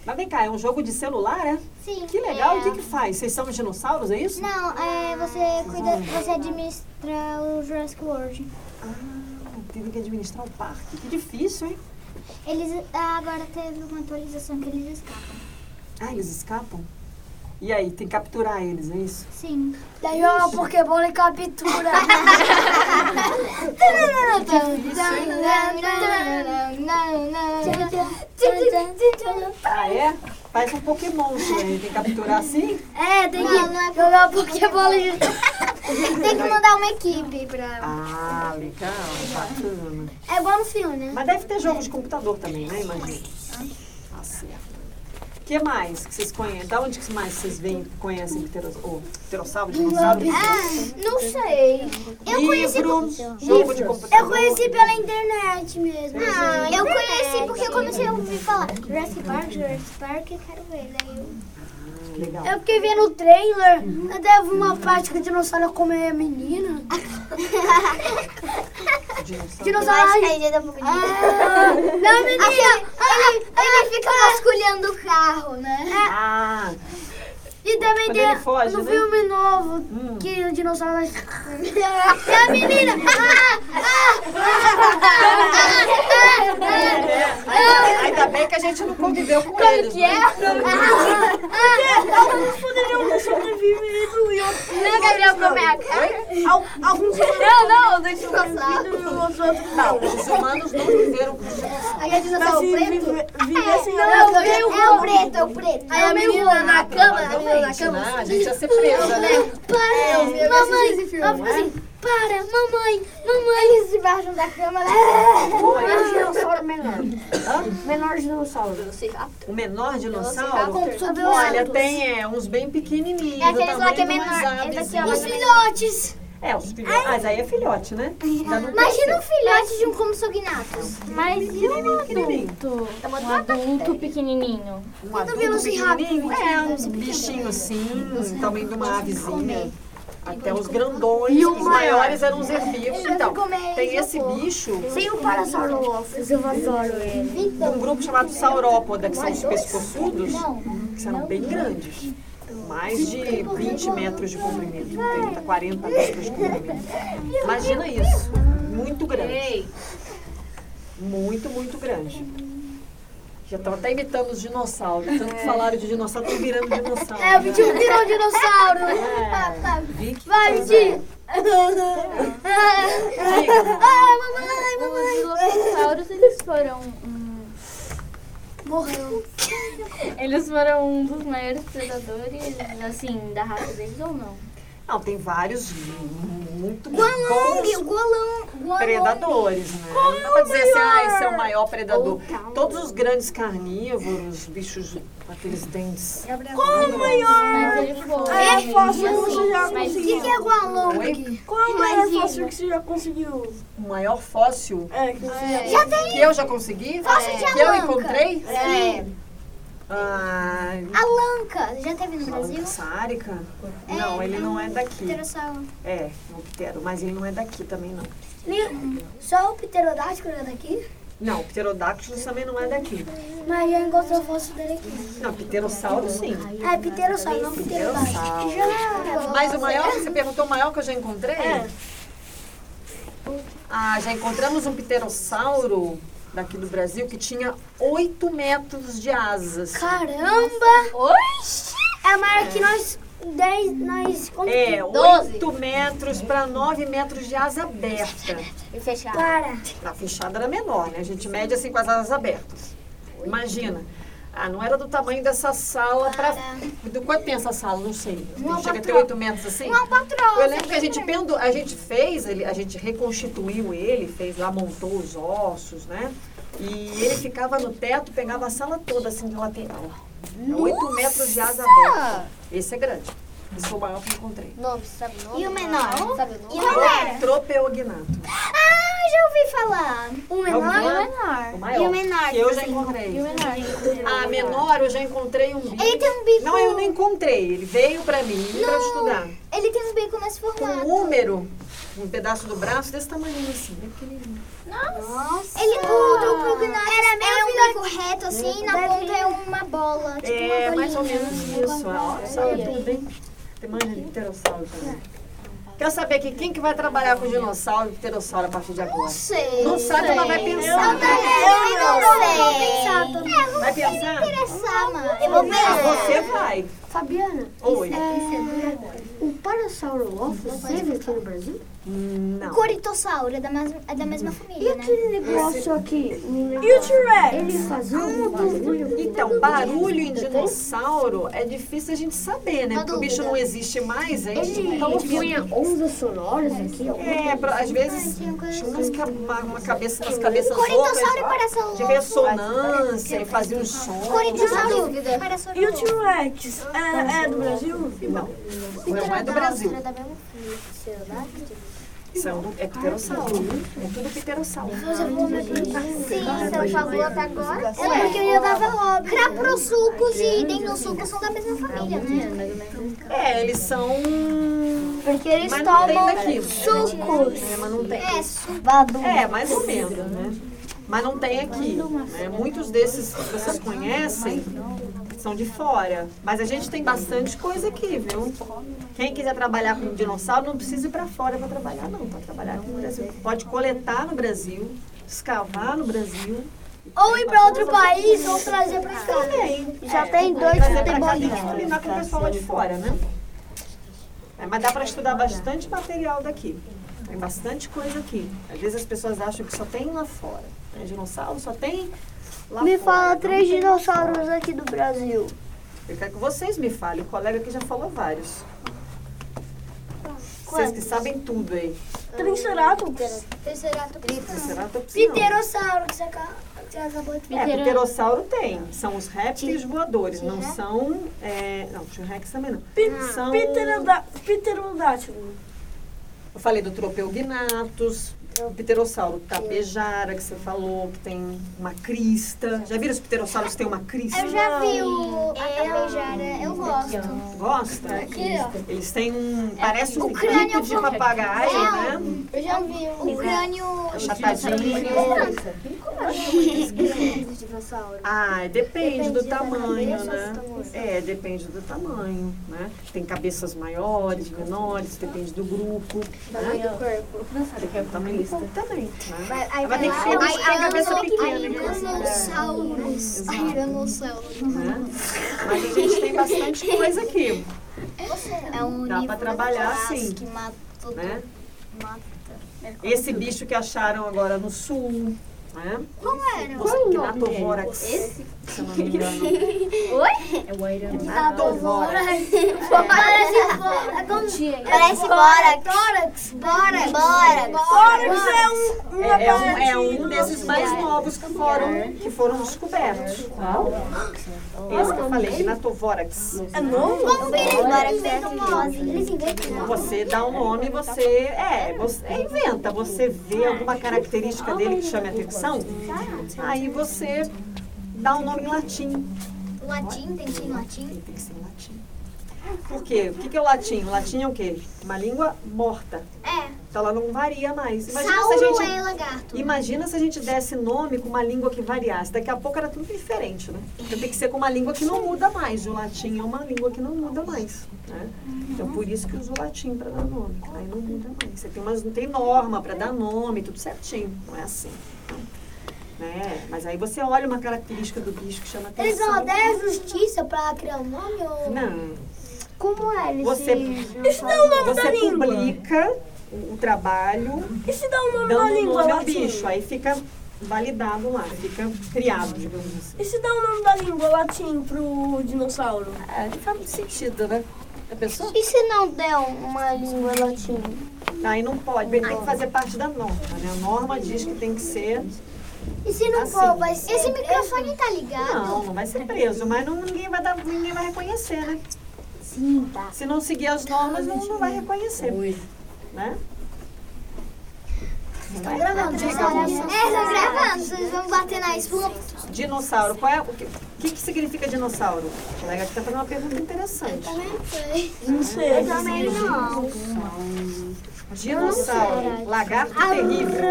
[SPEAKER 3] Mas vem cá, é um jogo de celular, é?
[SPEAKER 2] Sim.
[SPEAKER 3] Que legal, o
[SPEAKER 2] É.
[SPEAKER 3] que que faz? Vocês são dinossauros, é isso?
[SPEAKER 2] Não, é, você cuida, você administra o Jurassic World.
[SPEAKER 3] Ah, teve que administrar o parque. Que difícil, hein?
[SPEAKER 2] Eles ah, agora teve uma atualização que eles escapam.
[SPEAKER 3] Ah, eles escapam? E aí, tem que capturar eles, é isso?
[SPEAKER 2] Sim.
[SPEAKER 7] Daí, ó,
[SPEAKER 2] é
[SPEAKER 7] Pokébola e captura.
[SPEAKER 3] Ah, é? Faz um Pokémon, isso aí. Tem que capturar assim?
[SPEAKER 7] É, tem que jogar
[SPEAKER 2] é
[SPEAKER 7] Pokébola e
[SPEAKER 2] Tem que mandar uma equipe pra.
[SPEAKER 3] Ah, legal, bacana.
[SPEAKER 2] É igual no filme, né?
[SPEAKER 3] Mas deve ter jogo de computador também, né? Imagina. Tá certo. O que mais que vocês conhecem? Da onde que mais vocês veem, conhecem pteros- ou pterossauro, dinossauro?
[SPEAKER 2] Ah,
[SPEAKER 7] Ah, Não sei.
[SPEAKER 3] livro, jogo de computador.
[SPEAKER 7] Eu conheci pela internet mesmo.
[SPEAKER 2] Ah, eu conheci porque eu comecei a ouvir falar Jurassic Park, Jurassic Park, eu quero ver. Daí eu...
[SPEAKER 3] Legal.
[SPEAKER 7] Eu fiquei vendo o trailer, até vi uma parte que o dinossauro comeu a menina.
[SPEAKER 3] Dinossauro.
[SPEAKER 7] Dinossauro. Ah,
[SPEAKER 2] Aí dá um pouco de
[SPEAKER 7] Não, é menina!
[SPEAKER 2] Ele, ele fica vasculhando o carro, né?
[SPEAKER 3] Ah,
[SPEAKER 7] E também
[SPEAKER 3] Quando
[SPEAKER 7] tem
[SPEAKER 3] ele foge,
[SPEAKER 7] no
[SPEAKER 3] né?
[SPEAKER 7] filme novo
[SPEAKER 3] Hum.
[SPEAKER 7] que o dinossauro vai.
[SPEAKER 2] E É a menina. Ah,
[SPEAKER 3] ainda bem que a gente não conviveu com eles. que é?
[SPEAKER 5] Alguns poderiam ter sobrevivido e outros.
[SPEAKER 7] Não, Gabriel, comeu a cara.
[SPEAKER 5] Al- alguns
[SPEAKER 7] Não, não, deixa eu passar.
[SPEAKER 5] vivido e os outros não.
[SPEAKER 3] Os humanos não viveram com os dinossauros.
[SPEAKER 2] Aí a
[SPEAKER 5] Mas
[SPEAKER 2] dinossauro
[SPEAKER 5] se
[SPEAKER 2] preto.
[SPEAKER 5] vive, vive assim, ó.
[SPEAKER 2] Não, é o preto, é o preto.
[SPEAKER 7] Aí a menina na cama, a menina na
[SPEAKER 3] Gente,
[SPEAKER 7] cama.
[SPEAKER 3] né? A gente ia ser presa, né?
[SPEAKER 2] Para, mamãe. Ela fica assim, para, mamãe, mamãe. Eles debaixo da cama, né? ela...
[SPEAKER 7] Qual é o dinossauro menor? Menor dinossauro.
[SPEAKER 3] O menor
[SPEAKER 2] Tá Com
[SPEAKER 3] dinossauro.
[SPEAKER 2] tudo.
[SPEAKER 3] Olha, tem é, uns bem pequenininhos.
[SPEAKER 2] É aqueles lá
[SPEAKER 3] tamanho
[SPEAKER 2] que é
[SPEAKER 3] de umas
[SPEAKER 2] menor. Esse aqui, ó,
[SPEAKER 3] avezinhas.
[SPEAKER 2] mais ou menos.
[SPEAKER 3] É, os filhotes. Mas aí é filhote, né? Já não
[SPEAKER 2] Imagina um
[SPEAKER 3] cresceu.
[SPEAKER 2] filhote de um como sognatos.
[SPEAKER 10] Mas e um
[SPEAKER 3] pequenininho.
[SPEAKER 10] adulto? Um adulto pequenininho.
[SPEAKER 3] Um adulto pequenininho. É, um bichinho assim, também de uma avezinha. Até os grandões, os maiores eram os herbívoros. Então, tem esse bicho
[SPEAKER 7] Tem o Parasaurolophus, eu adoro ele.
[SPEAKER 3] de um grupo chamado saurópoda, que são os pescoçudos, que são bem grandes. Mais de 20 metros de comprimento, 30, 40 metros de comprimento. Imagina isso. Muito grande. Muito, muito grande. Já estão até imitando os dinossauros. Tanto que falaram de dinossauro, estão virando dinossauro. É, o Vitinho virou dinossauro. Vai, Vitinho. Diga,
[SPEAKER 10] Os dinossauros, eles foram... Hum, Morreu. Eles foram um dos maiores predadores, assim, da raça deles ou não?
[SPEAKER 3] Não, tem vários muito
[SPEAKER 2] Gualong,
[SPEAKER 3] bons
[SPEAKER 2] o Gualong, Gualong.
[SPEAKER 3] predadores, né? Não dá pra dizer assim, ah, esse é o maior predador. Todos os grandes carnívoros, bichos com aqueles dentes.
[SPEAKER 5] Qual é o maior
[SPEAKER 10] Mas ele foi...
[SPEAKER 5] aerofóssil que você já
[SPEAKER 10] Mas
[SPEAKER 5] conseguiu?
[SPEAKER 2] Que é Gualong?
[SPEAKER 3] Oi?
[SPEAKER 5] Qual é o maior aerofóssil que você já conseguiu?
[SPEAKER 3] O maior fóssil
[SPEAKER 5] É, que você já...
[SPEAKER 2] Já tem
[SPEAKER 3] que eu já consegui, que eu encontrei. É. Ah,
[SPEAKER 2] a Lanca. Já teve no Brasil?
[SPEAKER 3] Sárica? Não, ele não é daqui.
[SPEAKER 2] Pterossauro.
[SPEAKER 3] É, um ptero, mas ele não é daqui também não.
[SPEAKER 2] Só o pterodáctilo é daqui?
[SPEAKER 3] Não, o pterodáctilo também não é daqui.
[SPEAKER 2] Mas já encontrou o fóssil dele aqui.
[SPEAKER 3] Não, pterossauro sim.
[SPEAKER 2] É pterossauro, não pterodáctilo.
[SPEAKER 3] Pterossauro. Mas é. o maior, você perguntou o maior que eu já encontrei? Ah, já encontramos um pterossauro daqui do Brasil que tinha 8 metros de asas.
[SPEAKER 2] Caramba! É maior que nós... 10, nós...
[SPEAKER 3] É,
[SPEAKER 7] Doze.
[SPEAKER 3] 8 metros para 9 metros de asa aberta.
[SPEAKER 7] E fechado.
[SPEAKER 2] Para.
[SPEAKER 3] Na fechada era menor, né? A gente mede assim com as asas abertas. Imagina. Ah, não era do tamanho dessa sala pra. Do quanto tem essa sala? Não sei. Chega a ter 8 metros assim? Uma patroa. Eu lembro que a gente pendu... a gente fez, ele... a gente reconstituiu ele, fez lá, montou os ossos, né? E ele ficava no teto, pegava a sala toda assim de lateral. 8 metros de asa aberta. Esse é grande. Esse foi o maior que eu encontrei.
[SPEAKER 7] Nome, sabe o nome?
[SPEAKER 2] E o menor?
[SPEAKER 7] Sabe o nome?
[SPEAKER 2] E o maior?
[SPEAKER 3] Tropeognato.
[SPEAKER 2] Ah, já ouvi falar. O
[SPEAKER 3] É o
[SPEAKER 2] menor?
[SPEAKER 3] O maior.
[SPEAKER 2] E o menor?
[SPEAKER 3] Que eu já encontrei. Ah, menor, eu já encontrei um bicho.
[SPEAKER 2] Ele tem um bico...
[SPEAKER 3] Não, eu não encontrei. Ele veio pra mim pra eu estudar.
[SPEAKER 2] Ele tem um bico nesse
[SPEAKER 3] Com
[SPEAKER 2] formato.
[SPEAKER 3] um úmero, um pedaço do braço desse tamanho assim, bem pequenininho.
[SPEAKER 2] Ele, o troprognato era meio é um bico reto assim, e na ponta é uma bola, tipo
[SPEAKER 3] É,
[SPEAKER 2] uma bolinha.
[SPEAKER 3] mais ou menos isso. Ó, sabe é tudo, hein? Tem mais de pterossauro também. É. Quero saber aqui, quem que vai trabalhar com dinossauro e pterossauro a partir de agora?
[SPEAKER 2] sei.
[SPEAKER 3] Não sabe, ela vai pensar.
[SPEAKER 2] Eu não sei. É, eu
[SPEAKER 3] Vai pensar?
[SPEAKER 2] vou pensar, mãe. É, Eu vou
[SPEAKER 3] Ah,
[SPEAKER 2] pensar.
[SPEAKER 3] Você vai.
[SPEAKER 7] Fabiana,
[SPEAKER 3] Oi.
[SPEAKER 7] o Parasaurolophus teve aqui no Brasil?
[SPEAKER 3] Não.
[SPEAKER 2] Coritossauro, é da, mes é da mesma família, né?
[SPEAKER 7] Aquele negócio aqui,
[SPEAKER 5] E o T-Rex?
[SPEAKER 7] ele fazia um barulho.
[SPEAKER 3] Então, barulho em dinossauro é difícil a gente saber, né? Porque o bicho não existe mais,
[SPEAKER 2] então,
[SPEAKER 3] a gente não tá
[SPEAKER 7] Ele
[SPEAKER 3] ouvindo.
[SPEAKER 7] punha ondas sonoras aqui, ó.
[SPEAKER 3] É, pra- às vezes tinha umas, ca- uma, uma cabeça, umas cabeças
[SPEAKER 2] assim, Coritossauro e
[SPEAKER 3] loucas de
[SPEAKER 2] parasauro.
[SPEAKER 3] ressonância e fazia um som.
[SPEAKER 2] Coritossauro e é
[SPEAKER 5] E o
[SPEAKER 2] parasauro.
[SPEAKER 5] T-Rex? É, é do Brasil?
[SPEAKER 3] Não, não é do Brasil. São, é pterossauro. É tudo pterossauro.
[SPEAKER 2] Sim, seu favor até agora. É porque eu já tava logo. Craprossucos e dendrossucos são da mesma família, né?
[SPEAKER 3] É, eles são...
[SPEAKER 2] Porque eles
[SPEAKER 3] Mas não tem daqui.
[SPEAKER 2] sucos.
[SPEAKER 3] É, mas não tem.
[SPEAKER 2] É, subado.
[SPEAKER 3] É, mais ou menos, né? Mas não tem aqui. né? Muitos desses que vocês conhecem são de fora. Mas a gente tem bastante coisa aqui, viu? Quem quiser trabalhar com dinossauro não precisa ir para fora para trabalhar, não. Pode trabalhar aqui no Brasil. Pode coletar no Brasil, escavar no Brasil.
[SPEAKER 2] Ou ir pra outro país ou trazer pra cá.
[SPEAKER 3] Também. é
[SPEAKER 2] Já tem dois
[SPEAKER 3] Trazer pra cá tem que combinar com o pessoal lá de fora, né? É, mas dá para estudar bastante material daqui. Tem bastante coisa aqui. Às vezes as pessoas acham que só tem lá fora. Né? Dinossauro só tem lá
[SPEAKER 8] Me
[SPEAKER 3] fora.
[SPEAKER 8] fala
[SPEAKER 3] Não
[SPEAKER 8] três
[SPEAKER 3] tem lá
[SPEAKER 8] dinossauros
[SPEAKER 3] fora.
[SPEAKER 8] aqui do Brasil.
[SPEAKER 3] Eu quero que vocês me falem. O colega aqui já falou vários. Vocês que sabem tudo aí. é
[SPEAKER 5] Triceratops.
[SPEAKER 3] Triceratops não.
[SPEAKER 2] Pterossauro, que você aca- que você acabou de
[SPEAKER 3] É, pterossauro tem. São os répteis voadores. Não são... É, não, T-Rex também não.
[SPEAKER 2] Ah.
[SPEAKER 3] São...
[SPEAKER 5] Pteroda- Pterodátilo.
[SPEAKER 3] Eu falei do Tropeognatus, o pterossauro tapejara, que você falou, que tem uma crista. Já viram os pterossauros que tem uma crista?
[SPEAKER 9] Eu já vi o a tapejara, eu gosto.
[SPEAKER 3] Gosta? Eles têm um... Parece um
[SPEAKER 9] crânio
[SPEAKER 3] clipe de papagaio, né?
[SPEAKER 9] Eu já vi o crânio
[SPEAKER 3] Chatadinho. Ah, depende do tamanho, né? É, depende do tamanho, né? Tem cabeças maiores, menores, depende do grupo. né? Tamanho do corpo. é Tamanho do corpo também, né?
[SPEAKER 9] Aí
[SPEAKER 3] Vai ter que ser uma cabeça pequena, né?
[SPEAKER 9] Tiranossauros. Tiranossauros.
[SPEAKER 3] né? Mas a gente tem bastante coisa aqui,
[SPEAKER 9] É um
[SPEAKER 3] Dá pra
[SPEAKER 9] livro
[SPEAKER 3] trabalhar,
[SPEAKER 9] clássico
[SPEAKER 3] sim.
[SPEAKER 9] que mata tudo.
[SPEAKER 3] né?
[SPEAKER 9] Mata.
[SPEAKER 3] Esse bicho que acharam agora no sul, né?
[SPEAKER 9] Como era?
[SPEAKER 3] O Gnatovorax. Esse? Se eu não me engano. Oi? É o Gnatovorax.
[SPEAKER 9] Parece bora. Tórax. Bora. Bora.
[SPEAKER 5] Tórax é um... uma
[SPEAKER 3] É, é um,
[SPEAKER 5] parte
[SPEAKER 3] é um desses mais novos que foram, que foram descobertos. Qual? Esse que eu falei, Gnatovorax.
[SPEAKER 5] É novo?
[SPEAKER 9] Como que eles inventam uma
[SPEAKER 2] Eles inventam.
[SPEAKER 9] né?
[SPEAKER 3] Você dá um nome, você é, você inventa, você vê alguma característica dele que chame a atenção, aí você dá um nome em latim.
[SPEAKER 9] Latim, tem que ser em latim.
[SPEAKER 3] Ele tem que ser em latim. Por quê? O que que é o latim? O latim é o quê? Uma língua morta.
[SPEAKER 9] É.
[SPEAKER 3] Então ela não varia mais. Imagina se a
[SPEAKER 9] Sauro
[SPEAKER 3] gente,
[SPEAKER 9] é lagarto.
[SPEAKER 3] imagina se a gente desse nome com uma língua que variasse. Daqui a pouco era tudo diferente, né? Então tem que ser com uma língua que não muda mais. O latim é uma língua que não muda mais. Né? Então por isso que usa o latim para dar nome. Aí não muda mais. Você tem, umas, não tem norma para dar nome, tudo certinho. Não é assim. Né? Mas aí você olha uma característica do bicho que chama atenção.
[SPEAKER 2] Eles não odeiam justiça pra criar um nome ou...
[SPEAKER 3] Não.
[SPEAKER 2] Como é? Eles
[SPEAKER 3] Você-
[SPEAKER 2] Isso não
[SPEAKER 3] Você é publica o, o trabalho,
[SPEAKER 5] E se dá o nome da
[SPEAKER 3] dando o
[SPEAKER 5] língua
[SPEAKER 3] nome ao
[SPEAKER 5] latim?
[SPEAKER 3] é um bicho. Aí fica validado lá, fica criado, digamos assim.
[SPEAKER 5] E se dá o nome da língua latim pro dinossauro?
[SPEAKER 3] É, não faz muito sentido, né? A pessoa?
[SPEAKER 8] E se não der uma língua latina?
[SPEAKER 3] Aí não pode, tem que fazer parte da norma, né? A norma diz que tem que ser.
[SPEAKER 2] E se não
[SPEAKER 3] Assim.
[SPEAKER 2] for, vai ser...
[SPEAKER 9] Esse microfone tá ligado?
[SPEAKER 3] Não, não vai ser preso, mas não, ninguém, vai dar, ninguém vai reconhecer, né?
[SPEAKER 9] Sim, tá.
[SPEAKER 3] Se não seguir as normas, não, não vai reconhecer. Né? Não é?
[SPEAKER 9] Gravando, vocês estão gravando. É, estão gravando. Vocês vão bater na espuma.
[SPEAKER 3] Dinossauro, qual é o que, o que, que significa dinossauro? O colega aqui tá fazendo uma pergunta interessante.
[SPEAKER 5] Não sei.
[SPEAKER 9] Não.
[SPEAKER 3] Dinossauro, lagarto terrível.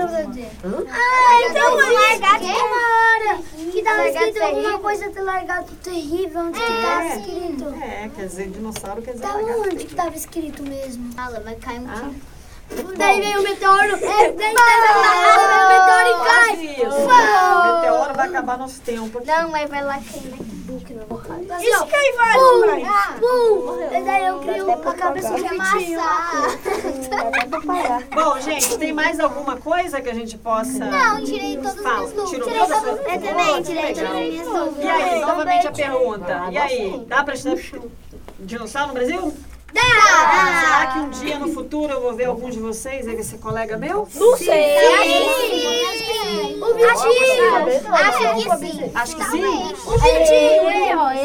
[SPEAKER 9] Ah, então o lagarto
[SPEAKER 2] Tem uma hora que tava
[SPEAKER 9] Largato
[SPEAKER 2] escrito alguma
[SPEAKER 9] terrível.
[SPEAKER 2] coisa do largato terrível. Onde que tava tá escrito? Tá
[SPEAKER 3] É, quer dizer, dinossauro quer dizer
[SPEAKER 2] Tava
[SPEAKER 3] lagarto.
[SPEAKER 2] onde que tava escrito mesmo?
[SPEAKER 9] Fala, vai cair um
[SPEAKER 3] Ah,
[SPEAKER 2] Daí veio o meteoro. É, daí
[SPEAKER 3] faz isso. Tá O meteoro vai acabar nosso tempo aqui.
[SPEAKER 9] Não, mas vai lá cair na boca. Não.
[SPEAKER 5] E se cair vários? vai?
[SPEAKER 2] pum. Daí eu crio uma cabeça é de
[SPEAKER 9] Amassar.
[SPEAKER 3] Bom, gente, tem mais alguma coisa que a gente possa...
[SPEAKER 9] Não, tirei todas as
[SPEAKER 3] Fala,
[SPEAKER 9] minhas luvas.
[SPEAKER 3] tirou
[SPEAKER 9] Tirei
[SPEAKER 3] todas
[SPEAKER 9] todas as-
[SPEAKER 3] as
[SPEAKER 9] Eu
[SPEAKER 3] luvas.
[SPEAKER 9] também tirei todas as minhas
[SPEAKER 3] E
[SPEAKER 9] luvas.
[SPEAKER 3] aí, novamente a pergunta. E aí, dá pra estudar dinossauro no Brasil? Dá! Será que um dia no futuro eu vou ver algum de vocês, aí esse colega meu?
[SPEAKER 5] Não sei.
[SPEAKER 9] Acho que sim.
[SPEAKER 3] Acho que sim.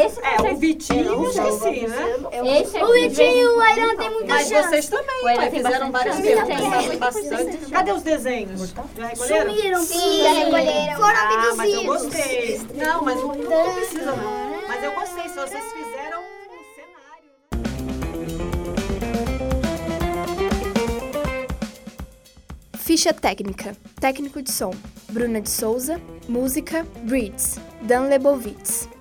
[SPEAKER 7] Esse,
[SPEAKER 3] É, o Vitinho, eu esqueci, né?
[SPEAKER 10] é
[SPEAKER 7] esse o Vitinho.
[SPEAKER 3] Mas vocês também, né? Fizeram várias perguntas, bastante. Cadê os desenhos? Já recolheram?
[SPEAKER 9] Sim, já recolheram. Foram
[SPEAKER 3] Ah, mas eu
[SPEAKER 9] abduzidos.
[SPEAKER 3] gostei. Não, mas não, não precisa não. Mas eu gostei, se vocês fizeram um cenário.
[SPEAKER 1] Ficha técnica. Técnico de som. Bruna de Souza. Música. Breeds. Dan Lebovitz.